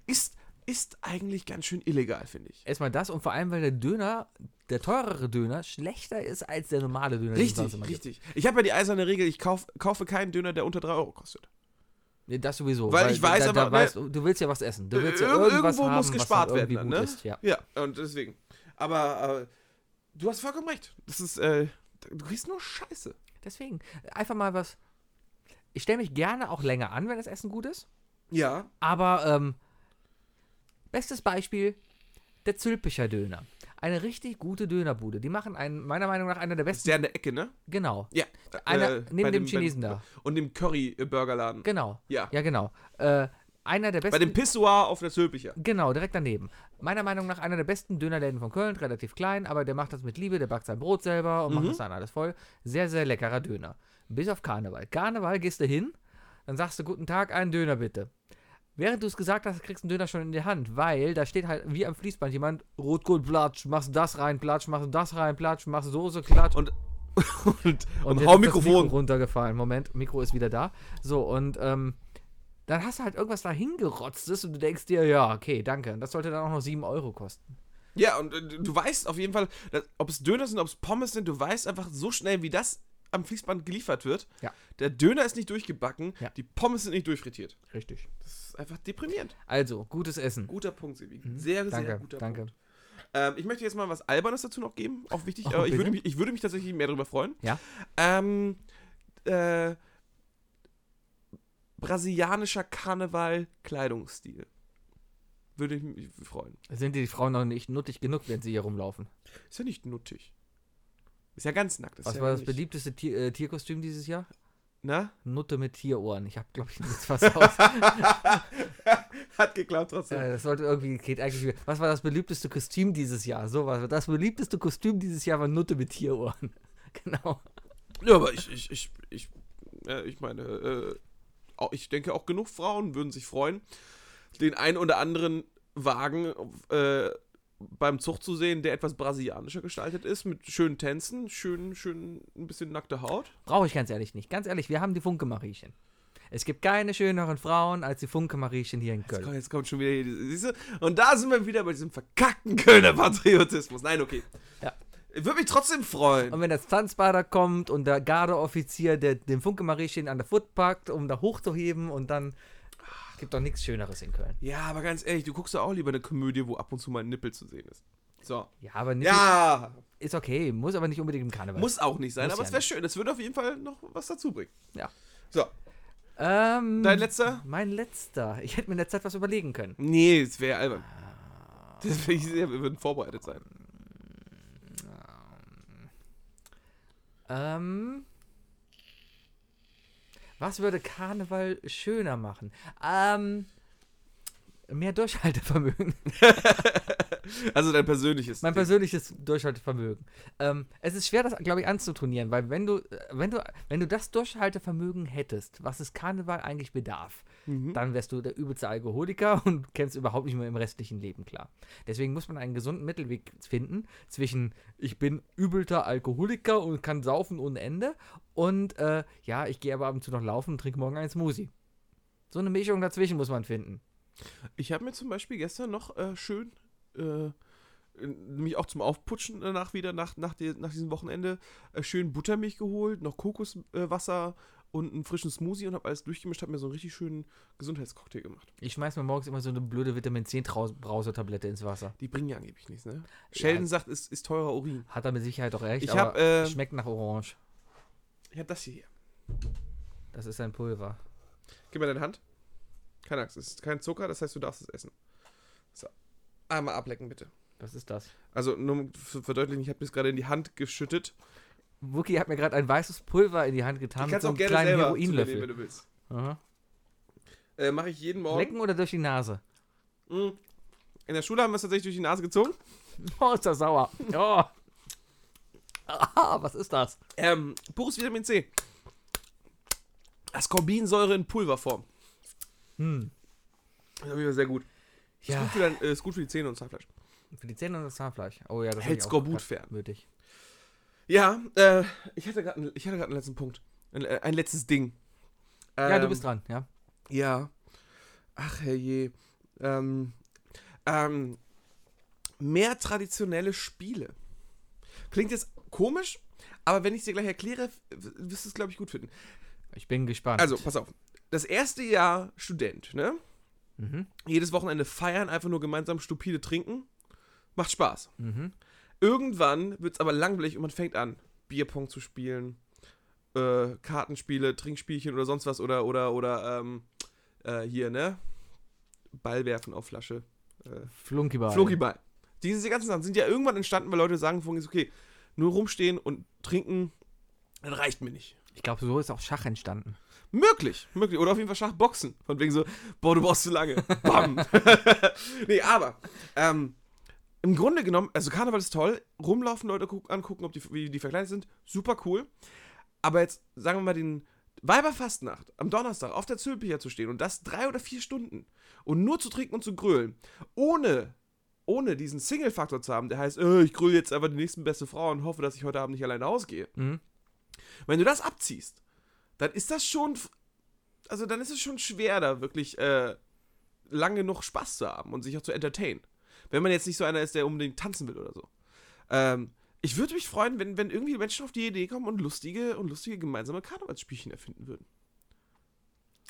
Speaker 3: Ist ist eigentlich ganz schön illegal, finde ich.
Speaker 4: Erstmal das und vor allem, weil der Döner, der teurere Döner, schlechter ist als der normale Döner. den es sonst
Speaker 3: Richtig,
Speaker 4: immer gibt.
Speaker 3: richtig. Ich habe ja die eiserne Regel, ich kauf, kaufe keinen Döner, der unter 3 Euro kostet.
Speaker 4: Nee, das sowieso.
Speaker 3: Weil ich weiß
Speaker 4: da,
Speaker 3: aber,
Speaker 4: da weißt, du du willst ja was essen. Du willst ja
Speaker 3: Irg-
Speaker 4: irgendwas
Speaker 3: irgendwo
Speaker 4: haben,
Speaker 3: muss
Speaker 4: was
Speaker 3: gespart
Speaker 4: dann irgendwie
Speaker 3: werden,
Speaker 4: gut
Speaker 3: ne?
Speaker 4: Ist. Ja.
Speaker 3: Ja, und deswegen. Aber äh, du hast vollkommen recht. Das ist, äh, du kriegst nur Scheiße.
Speaker 4: Deswegen, einfach mal was. Ich stelle mich gerne auch länger an, wenn das Essen gut ist.
Speaker 3: Ja.
Speaker 4: Aber ähm, bestes Beispiel, der Zülpicher Döner. Eine richtig gute Dönerbude. Die machen einen, meiner Meinung nach einer der
Speaker 3: Ist
Speaker 4: besten.
Speaker 3: der in der Ecke, ne?
Speaker 4: Genau.
Speaker 3: Ja.
Speaker 4: Einer
Speaker 3: äh,
Speaker 4: neben
Speaker 3: bei
Speaker 4: dem Chinesen
Speaker 3: bei-
Speaker 4: da.
Speaker 3: Und dem Curry-Burgerladen.
Speaker 4: Genau.
Speaker 3: Ja.
Speaker 4: Ja, genau. Äh, einer der besten.
Speaker 3: Bei dem Pissoir auf der Zülpicher.
Speaker 4: Genau, direkt daneben. Meiner Meinung nach einer der besten Dönerläden von Köln, relativ klein, aber der macht das mit Liebe, der backt sein Brot selber und macht das dann alles voll. Sehr, sehr leckerer Döner. Bis auf Karneval. Karneval gehst du hin, dann sagst du Guten Tag, einen Döner bitte. Während du es gesagt hast, kriegst du einen Döner schon in die Hand, weil da steht halt wie am Fließband jemand, Rotkohlplatsch, machst das rein, Platsch, machst das rein, Platsch, machst Soße, Klatsch.
Speaker 3: Und, und, und,
Speaker 4: jetzt
Speaker 3: hau
Speaker 4: ist das Mikro
Speaker 3: Mikrofon.
Speaker 4: runtergefallen. Moment, Mikro ist wieder da. So, und ähm, dann hast du halt irgendwas dahin gerotztes und du denkst dir, ja, okay, danke. Und das sollte dann auch noch 7 Euro kosten.
Speaker 3: Ja, und äh, du weißt auf jeden Fall, dass- ob es Döner sind, ob es Pommes sind, du weißt einfach so schnell, wie das am Fließband geliefert wird.
Speaker 4: Ja.
Speaker 3: Der Döner ist nicht durchgebacken,
Speaker 4: Ja.
Speaker 3: die Pommes sind nicht durchfrittiert.
Speaker 4: Richtig.
Speaker 3: Das ist einfach deprimierend.
Speaker 4: Also, gutes Essen.
Speaker 3: Guter Punkt, Sebi. Sehr, sehr
Speaker 4: Mhm. danke,
Speaker 3: guter
Speaker 4: danke.
Speaker 3: Punkt. Ähm, ich möchte jetzt mal was Albernes dazu noch geben. Auch wichtig.
Speaker 4: Oh,
Speaker 3: aber ich,
Speaker 4: bitte?
Speaker 3: würde mich, ich würde mich tatsächlich mehr darüber freuen.
Speaker 4: Ja.
Speaker 3: Ähm, äh, brasilianischer Karneval-Kleidungsstil. Würde ich mich freuen.
Speaker 4: Sind die Frauen noch nicht nuttig genug, wenn sie hier rumlaufen?
Speaker 3: Ist ja nicht nuttig. Ist ja ganz nackt. ist
Speaker 4: Was
Speaker 3: ja
Speaker 4: war das
Speaker 3: nicht-
Speaker 4: beliebteste Tier, äh, Tierkostüm dieses Jahr?
Speaker 3: Na?
Speaker 4: Nutte mit Tierohren. Ich habe, glaube ich, jetzt was aus. äh,
Speaker 3: Hat geklappt trotzdem.
Speaker 4: das sollte irgendwie, geht eigentlich wieder. Was war das beliebteste Kostüm dieses Jahr? So was. Das beliebteste Kostüm dieses Jahr war Nutte mit Tierohren. genau.
Speaker 3: Ja, aber ich, ich, ich, ich, äh, ich meine, äh, auch- ich denke auch genug Frauen würden sich freuen, den einen oder anderen Wagen äh, beim Zug zu sehen, der etwas brasilianischer gestaltet ist, mit schönen Tänzen, schön, schön ein bisschen nackte Haut.
Speaker 4: Brauche ich ganz ehrlich nicht. Ganz ehrlich, wir haben die Funke Mariechen. Es gibt keine schöneren Frauen als die Funke Mariechen hier in
Speaker 3: Komm,
Speaker 4: Köln.
Speaker 3: jetzt kommt schon wieder hier, diese- siehst du? Und da sind wir wieder bei diesem verkackten Kölner Patriotismus. Nein, okay.
Speaker 4: Ja.
Speaker 3: Würde mich trotzdem freuen.
Speaker 4: Und wenn das Tanzbader kommt und der Gardeoffizier der, den Funke Mariechen an der Foot packt, um da hochzuheben und dann gibt doch nichts Schöneres in Köln.
Speaker 3: Ja, aber ganz ehrlich, du guckst ja auch lieber eine Komödie, wo ab und zu mal ein Nippel zu sehen ist. So.
Speaker 4: Ja, aber nicht,
Speaker 3: Ja,
Speaker 4: ist okay, muss aber nicht unbedingt im Karneval.
Speaker 3: Muss auch nicht sein,
Speaker 4: Muss
Speaker 3: aber
Speaker 4: ja
Speaker 3: es wäre schön. Es würde auf jeden Fall noch was dazu bringen.
Speaker 4: Ja.
Speaker 3: So,
Speaker 4: ähm,
Speaker 3: dein letzter?
Speaker 4: mein letzter. Ich hätte mir in der Zeit was überlegen können.
Speaker 3: Nee, es wäre albern. Ah. Das wär ich sehr, wir würden vorbereitet sein.
Speaker 4: Ähm, was würde Karneval schöner machen? Ähm, mehr Durchhaltevermögen.
Speaker 3: Also dein persönliches.
Speaker 4: Mein
Speaker 3: Ding.
Speaker 4: persönliches Durchhaltevermögen. Ähm, es ist schwer, das, glaube ich, anzutrainieren, weil wenn du, äh, wenn du, wenn du das Durchhaltevermögen hättest, was es Karneval eigentlich bedarf, dann wärst du der übelste Alkoholiker und kämst überhaupt nicht mehr im restlichen Leben klar. Deswegen muss man einen gesunden Mittelweg finden zwischen ich bin übelter Alkoholiker und kann saufen ohne Ende und äh, ja, ich gehe aber ab und zu noch laufen und trinke morgen einen Smoothie. So eine Mischung dazwischen muss man finden.
Speaker 3: ich habe mir zum Beispiel gestern noch äh, schön, äh, nämlich auch zum Aufputschen danach wieder, nach, nach, die, nach diesem Wochenende, äh, schön Buttermilch geholt, noch Kokoswasser äh, Wasser und einen frischen Smoothie und habe alles durchgemischt, habe mir so einen richtig schönen Gesundheitscocktail gemacht.
Speaker 4: Ich schmeiß mir morgens immer so eine blöde Vitamin C-Brausetablette ins Wasser.
Speaker 3: Die bringen ja angeblich nichts, ne? Sheldon sagt, es ist teurer Urin.
Speaker 4: Hat er mit Sicherheit auch recht.
Speaker 3: Ich
Speaker 4: aber
Speaker 3: hab, äh,
Speaker 4: schmeckt nach Orange.
Speaker 3: Ich habe das hier.
Speaker 4: Das ist ein Pulver.
Speaker 3: Gib mir deine Hand. Keine Angst, es ist kein Zucker, das heißt, du darfst es essen. So. Einmal ablecken, bitte.
Speaker 4: Was ist das?
Speaker 3: Also, nur um zu verdeutlichen, ich habe das gerade in die Hand geschüttet.
Speaker 4: Wookie hat mir gerade ein weißes Pulver in die Hand getan
Speaker 3: Ich kann es auch
Speaker 4: einem
Speaker 3: gerne
Speaker 4: kleinen
Speaker 3: selber zu mir nehmen, wenn
Speaker 4: Heroinlöffel.
Speaker 3: du willst.
Speaker 4: Aha.
Speaker 3: Äh, Mache ich jeden Morgen.
Speaker 4: Lecken oder durch die Nase?
Speaker 3: In der Schule haben wir es tatsächlich durch die Nase gezogen.
Speaker 4: Oh, ist das sauer. Oh. Aha, Ah, was ist das?
Speaker 3: Ähm, pures Vitamin C. Ascorbinsäure in Pulverform.
Speaker 4: Hm.
Speaker 3: Das ist auf jeden Fall sehr gut. Ist,
Speaker 4: Ja,
Speaker 3: gut für dein, äh, ist gut für die Zähne und das Zahnfleisch.
Speaker 4: für die Zähne und das Zahnfleisch. Oh ja, das
Speaker 3: Hält Skorbut fern.
Speaker 4: Nötig.
Speaker 3: Ja, äh, ich hatte gerade einen, ich hatte grad einen letzten Punkt. Ein, äh, ein letztes Ding.
Speaker 4: Ja, du
Speaker 3: Ähm,
Speaker 4: bist dran, ja.
Speaker 3: Ja. Ach, herrje. Ähm, ähm, mehr traditionelle Spiele. Klingt jetzt komisch, aber wenn ich es dir gleich erkläre, f- wirst du es, glaube ich, gut finden.
Speaker 4: Ich bin gespannt.
Speaker 3: Also, pass auf. Das erste Jahr Student, ne?
Speaker 4: Mhm.
Speaker 3: Jedes Wochenende feiern, einfach nur gemeinsam stupide trinken. Macht Spaß.
Speaker 4: Mhm.
Speaker 3: Irgendwann wird es aber langweilig und man fängt an, Bierpong zu spielen, äh, Kartenspiele, Trinkspielchen oder sonst was oder, oder, oder, ähm, äh, hier, ne? Ball werfen auf Flasche.
Speaker 4: Flunkyball.
Speaker 3: Flokiball. Diese ganzen Sachen sind ja irgendwann entstanden, weil Leute sagen, vorhin ist okay, nur rumstehen und trinken, das reicht mir nicht.
Speaker 4: Ich glaube, so ist auch Schach entstanden.
Speaker 3: Möglich, möglich. Oder auf jeden Fall Schachboxen. Von wegen so, boah, du brauchst zu lange. Bam. nee, aber ähm, im Grunde genommen, also Karneval ist toll. Rumlaufen, Leute guck, angucken, ob die, wie die verkleidet sind. Super cool. Aber jetzt sagen wir mal den Weiberfastnacht am Donnerstag auf der Zülpicher zu stehen und das drei oder vier Stunden und nur zu trinken und zu grölen, ohne, ohne diesen Single-Faktor zu haben, der heißt, äh, ich grüll jetzt einfach die nächsten beste Frau und hoffe, dass ich heute Abend nicht alleine ausgehe.
Speaker 4: Mhm.
Speaker 3: Wenn du das abziehst, dann ist das schon. Also dann ist es schon schwer, da wirklich äh, lange genug Spaß zu haben und sich auch zu entertainen. Wenn man jetzt nicht so einer ist, der unbedingt tanzen will oder so. Ähm, ich würde mich freuen, wenn, wenn irgendwie Menschen auf die Idee kommen und lustige und lustige gemeinsame Karnevalsspielchen erfinden würden.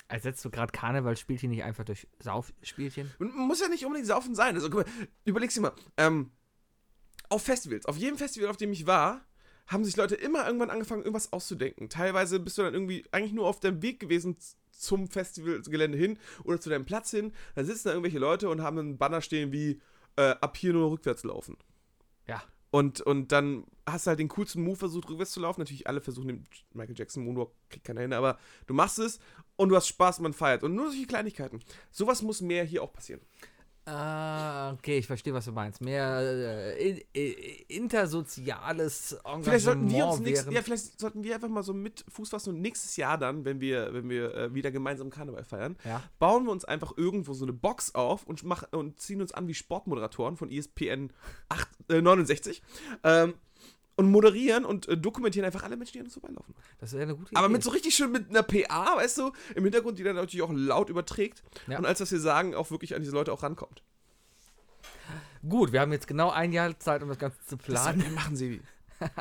Speaker 4: Ersetzt du gerade Karnevalspielchen nicht einfach durch Saufspielchen?
Speaker 3: Und muss ja nicht unbedingt saufen sein. Also, guck mal, überleg's dir mal. Ähm, auf Festivals, auf jedem Festival, auf dem ich war, haben sich Leute immer irgendwann angefangen, irgendwas auszudenken. Teilweise bist du dann irgendwie eigentlich nur auf deinem Weg gewesen z- zum Festivalgelände hin oder zu deinem Platz hin. Da sitzen da irgendwelche Leute und haben einen Banner stehen wie äh, ab hier nur rückwärts laufen.
Speaker 4: Ja.
Speaker 3: Und, und dann hast du halt den coolsten Move versucht, rückwärts zu laufen. Natürlich alle versuchen den Michael Jackson Moonwalk, kriegt keiner hin, aber du machst es und du hast Spaß, man feiert. Und nur solche Kleinigkeiten. Sowas muss mehr hier auch passieren.
Speaker 4: Ah, okay, ich verstehe, was du meinst. Mehr äh, in, äh, intersoziales Engagement.
Speaker 3: Vielleicht sollten wir uns nächst,
Speaker 4: während-
Speaker 3: ja, vielleicht sollten wir einfach mal so mit Fuß fassen und nächstes Jahr dann, wenn wir, wenn wir äh, wieder gemeinsam Karneval feiern,
Speaker 4: Ja.
Speaker 3: bauen wir uns einfach irgendwo so eine Box auf und, mach, und ziehen uns an wie Sportmoderatoren von E ESPN 8, äh, 69 ähm, und moderieren und äh, dokumentieren einfach alle Menschen, die an uns vorbeilaufen.
Speaker 4: Das wäre eine gute Idee.
Speaker 3: Aber mit so richtig schön mit einer PA, weißt du, im Hintergrund, die dann natürlich auch laut überträgt
Speaker 4: Ja.
Speaker 3: und als was wir sagen, auch wirklich an diese Leute auch rankommt.
Speaker 4: Gut, wir haben jetzt genau ein Jahr Zeit, um das Ganze zu
Speaker 3: Das sollten
Speaker 4: planen.
Speaker 3: wir machen, Sebi.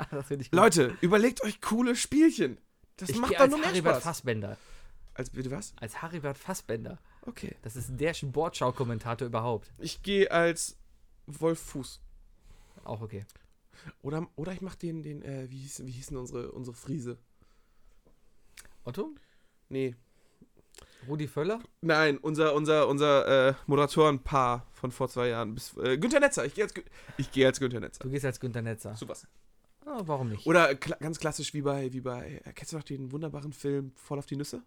Speaker 4: Das, finde ich gut.
Speaker 3: Leute, überlegt euch coole Spielchen. Das
Speaker 4: ich
Speaker 3: macht
Speaker 4: gehe
Speaker 3: doch
Speaker 4: als
Speaker 3: nur mehr
Speaker 4: Haribert
Speaker 3: Spaß.
Speaker 4: Fassbender.
Speaker 3: Als bitte was?
Speaker 4: Als Haribert Fassbender.
Speaker 3: Okay.
Speaker 4: Das ist der Sportschau-Kommentator überhaupt.
Speaker 3: Ich gehe als Wolf Fuß.
Speaker 4: Auch okay.
Speaker 3: Oder, oder ich mache den, den äh, wie, hieß, wie hießen unsere, unsere Friese?
Speaker 4: Otto?
Speaker 3: Nee.
Speaker 4: Rudi Völler?
Speaker 3: Nein, unser, unser, unser äh, Moderatorenpaar von vor zwei Jahren. Bis, äh, Günther Netzer. Ich gehe als, Gü- ich geh als Günther Netzer.
Speaker 4: Du gehst als Günter Netzer.
Speaker 3: So was.
Speaker 4: Ah, warum nicht?
Speaker 3: Oder kla ganz klassisch wie bei, wie bei, äh, kennst du noch den wunderbaren Film Voll auf die Nüsse?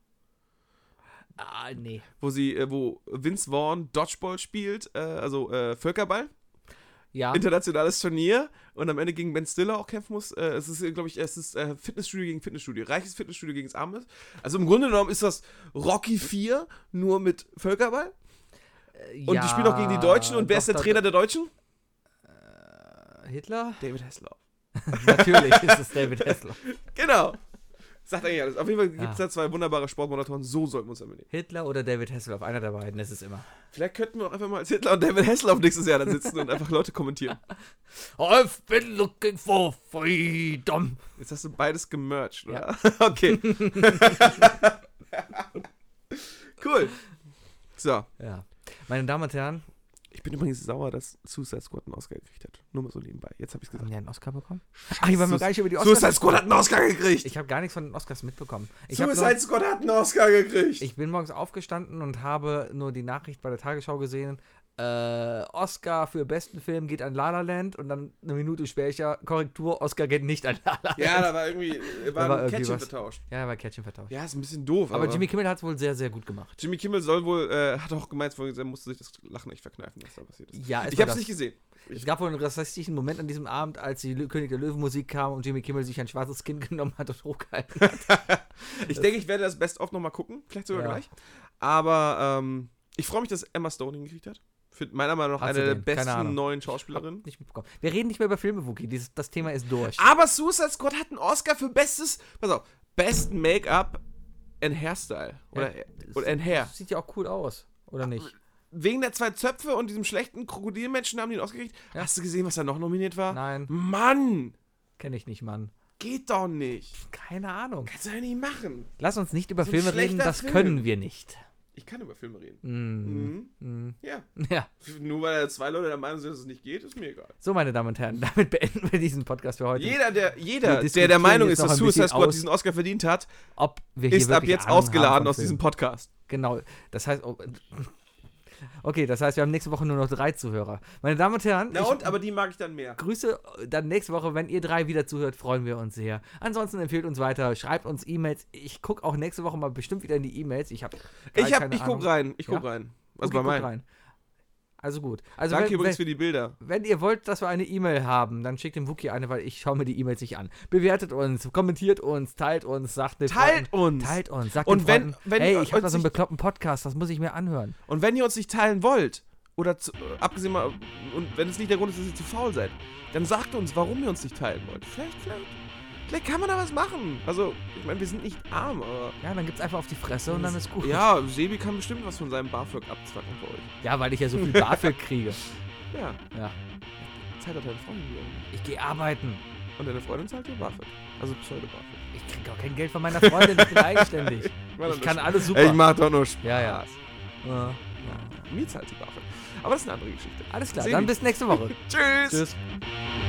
Speaker 4: Ah, nee.
Speaker 3: Wo sie, äh, wo Vince Vaughn Dodgeball spielt, äh, also äh, Völkerball,
Speaker 4: Ja,
Speaker 3: internationales Turnier und am Ende gegen Ben Stiller auch kämpfen muss. Äh, es ist, glaube ich, es ist äh, Fitnessstudio gegen Fitnessstudio, reiches Fitnessstudio gegen das Arme. Also im Grunde genommen ist das Rocky 4 nur mit Völkerball. Und
Speaker 4: ja,
Speaker 3: die spielen auch gegen die Deutschen. Und wer
Speaker 4: doch,
Speaker 3: ist der
Speaker 4: doch, Äh,
Speaker 3: Trainer der Deutschen?
Speaker 4: Hitler?
Speaker 3: David Hasselhoff.
Speaker 4: Natürlich ist es David Hessler.
Speaker 3: Genau. Sagt eigentlich alles. Auf jeden Fall gibt es
Speaker 4: Ja.
Speaker 3: da zwei wunderbare Sportmoderatoren. So sollten wir uns damit nehmen.
Speaker 4: Hitler oder David Hasselhoff, einer der beiden ist es immer.
Speaker 3: Vielleicht könnten wir auch einfach mal als Hitler und David Hasselhoff nächstes Jahr dann sitzen und einfach Leute kommentieren.
Speaker 4: I've been looking for freedom.
Speaker 3: Jetzt hast du beides gemerged, oder?
Speaker 4: Ja.
Speaker 3: Okay. cool. So.
Speaker 4: Ja. Meine Damen und Herren,
Speaker 3: Ich bin übrigens sauer, dass Suicide Squad einen Oscar gekriegt hat. Nur mal so nebenbei. Jetzt habe ich gesagt.
Speaker 4: haben die einen Oscar bekommen? Ach, ich war mir
Speaker 3: Sus-
Speaker 4: gar nicht über die
Speaker 3: Suicide
Speaker 4: Oscars.
Speaker 3: Squad hat einen Oscar gekriegt!
Speaker 4: Ich habe gar nichts von den Oscars mitbekommen. Ich, hab nur,
Speaker 3: Suicide Squad hat einen Oscar gekriegt!
Speaker 4: ich bin morgens aufgestanden und habe nur die Nachricht bei der Tagesschau gesehen. äh, Oscar für besten Film geht an La La Land und dann eine Minute später Korrektur, Oscar geht nicht an La La Land.
Speaker 3: Ja, da war irgendwie, äh, war,
Speaker 4: Da war
Speaker 3: ein
Speaker 4: irgendwie
Speaker 3: Ketchup
Speaker 4: was.
Speaker 3: vertauscht.
Speaker 4: Ja, war Catching vertauscht.
Speaker 3: Ja, ist ein bisschen doof.
Speaker 4: aber Jimmy Kimmel hat es wohl sehr, sehr gut gemacht.
Speaker 3: Jimmy Kimmel soll wohl, äh, hat auch gemeint, vorhin, er musste sich das Lachen echt verkneifen, was da passiert ist.
Speaker 4: Ja, es
Speaker 3: ich
Speaker 4: war
Speaker 3: hab's
Speaker 4: das.
Speaker 3: nicht gesehen.
Speaker 4: Es gab wohl einen rassistischen Moment an diesem Abend, als die Lö- König der Löwen Musik kam und Jimmy Kimmel sich ein schwarzes Kind genommen hat und hochgehalten hat.
Speaker 3: Ich denke, ich werde das Best of nochmal gucken, vielleicht sogar
Speaker 4: Ja.
Speaker 3: gleich. Aber ähm, ich freue mich, dass Emma Stone hingekriegt hat. Für meiner Meinung nach
Speaker 4: Hat sie
Speaker 3: eine der
Speaker 4: denn? Keine
Speaker 3: besten
Speaker 4: Ahnung.
Speaker 3: neuen Schauspielerinnen.
Speaker 4: Nicht mitbekommen. Wir reden nicht mehr über Filme, Wookie. Dieses, das Thema ist durch.
Speaker 3: Aber Suicide Squad hat einen Oscar für bestes, pass auf, besten Make-up and Hairstyle. Oder,
Speaker 4: Ja.
Speaker 3: oder and Hair.
Speaker 4: Das sieht ja auch cool aus, oder nicht?
Speaker 3: Ah, Wegen der zwei Zöpfe und diesem schlechten Krokodilmenschen haben die den Oscar gekriegt. Hast du gesehen, was da noch nominiert war?
Speaker 4: Nein.
Speaker 3: Mann,
Speaker 4: Kenne ich nicht, Mann.
Speaker 3: geht doch nicht.
Speaker 4: Keine Ahnung.
Speaker 3: Kannst du ja nicht machen.
Speaker 4: Lass uns nicht über
Speaker 3: So ein
Speaker 4: Filme reden,
Speaker 3: schlechter
Speaker 4: das
Speaker 3: Film.
Speaker 4: können wir nicht.
Speaker 3: Ich kann über Filme reden. Mhm.
Speaker 4: Mm.
Speaker 3: Ja.
Speaker 4: Ja.
Speaker 3: Nur weil da zwei Leute der Meinung sind, dass es nicht geht, ist mir egal.
Speaker 4: So, meine Damen und Herren, damit beenden wir diesen Podcast für heute.
Speaker 3: Jeder, der,
Speaker 4: Wir
Speaker 3: jeder, der
Speaker 4: diskutieren
Speaker 3: der Meinung
Speaker 4: jetzt
Speaker 3: ist,
Speaker 4: noch
Speaker 3: dass
Speaker 4: ein bisschen
Speaker 3: Suicide Squad
Speaker 4: aus.
Speaker 3: diesen Oscar verdient hat,
Speaker 4: Ob wir hier
Speaker 3: ist ab
Speaker 4: wirklich
Speaker 3: jetzt
Speaker 4: Ahnung haben
Speaker 3: ausgeladen
Speaker 4: von
Speaker 3: aus diesem
Speaker 4: Filmen.
Speaker 3: Podcast.
Speaker 4: Genau. Das heißt, oh, okay, das heißt, wir haben nächste Woche nur noch drei Zuhörer. Meine Damen und Herren, ich
Speaker 3: aber die mag ich dann mehr.
Speaker 4: Grüße äh, dann nächste Woche, wenn ihr drei wieder zuhört, freuen wir uns sehr. Ansonsten empfehlt uns weiter, schreibt uns E-Mails. Ich gucke auch nächste Woche mal bestimmt wieder in die E-Mails. Ich habe
Speaker 3: Ich, hab, ich guck rein, ich guck
Speaker 4: Ja?
Speaker 3: rein. Also
Speaker 4: Also
Speaker 3: bei meinen.
Speaker 4: rein. Also gut. Also
Speaker 3: Danke
Speaker 4: wenn,
Speaker 3: übrigens für
Speaker 4: wenn,
Speaker 3: die Bilder.
Speaker 4: wenn ihr wollt, dass wir eine E-Mail haben, dann schickt dem Wookie eine, weil ich schaue mir die E-Mails nicht an. Bewertet uns, kommentiert uns, teilt uns, sagt den
Speaker 3: Teilt
Speaker 4: Freunden-
Speaker 3: uns!
Speaker 4: Teilt uns, sagt
Speaker 3: Und
Speaker 4: den
Speaker 3: wenn-
Speaker 4: Freunden,
Speaker 3: wenn ihr
Speaker 4: hey, ich
Speaker 3: uns
Speaker 4: habe da so einen
Speaker 3: nicht-
Speaker 4: bekloppten Podcast, das muss ich mir anhören.
Speaker 3: Und wenn ihr uns nicht teilen wollt, oder zu, äh, abgesehen mal, und wenn es nicht der Grund ist, dass ihr zu faul seid, dann sagt uns, warum ihr uns nicht teilen wollt. Vielleicht, vielleicht, vielleicht kann man da was machen. Also, ich meine, wir sind nicht arm, aber.
Speaker 4: Ja, dann gibt's einfach auf die Fresse und dann ist gut.
Speaker 3: Ja, Sebi kann bestimmt was von seinem BAföG abzwacken bei euch.
Speaker 4: Ja, weil ich ja so viel BAföG kriege.
Speaker 3: Ja,
Speaker 4: Ja.
Speaker 3: zahlt doch deine Freundin dir.
Speaker 4: Ich gehe arbeiten.
Speaker 3: Und deine Freundin zahlt dir BAföG. Also Pseudo-BAföG.
Speaker 4: Ich kriege auch kein Geld von meiner Freundin, ich bin eigenständig. Ich kann alles super.
Speaker 3: Ich mach doch nur Spaß.
Speaker 4: Ja, ja. Ja.
Speaker 3: Mir zahlt sie BAföG. Aber das ist eine andere Geschichte.
Speaker 4: Alles klar,
Speaker 3: Sebi.
Speaker 4: dann bis nächste Woche.
Speaker 3: Tschüss.
Speaker 4: Tschüss.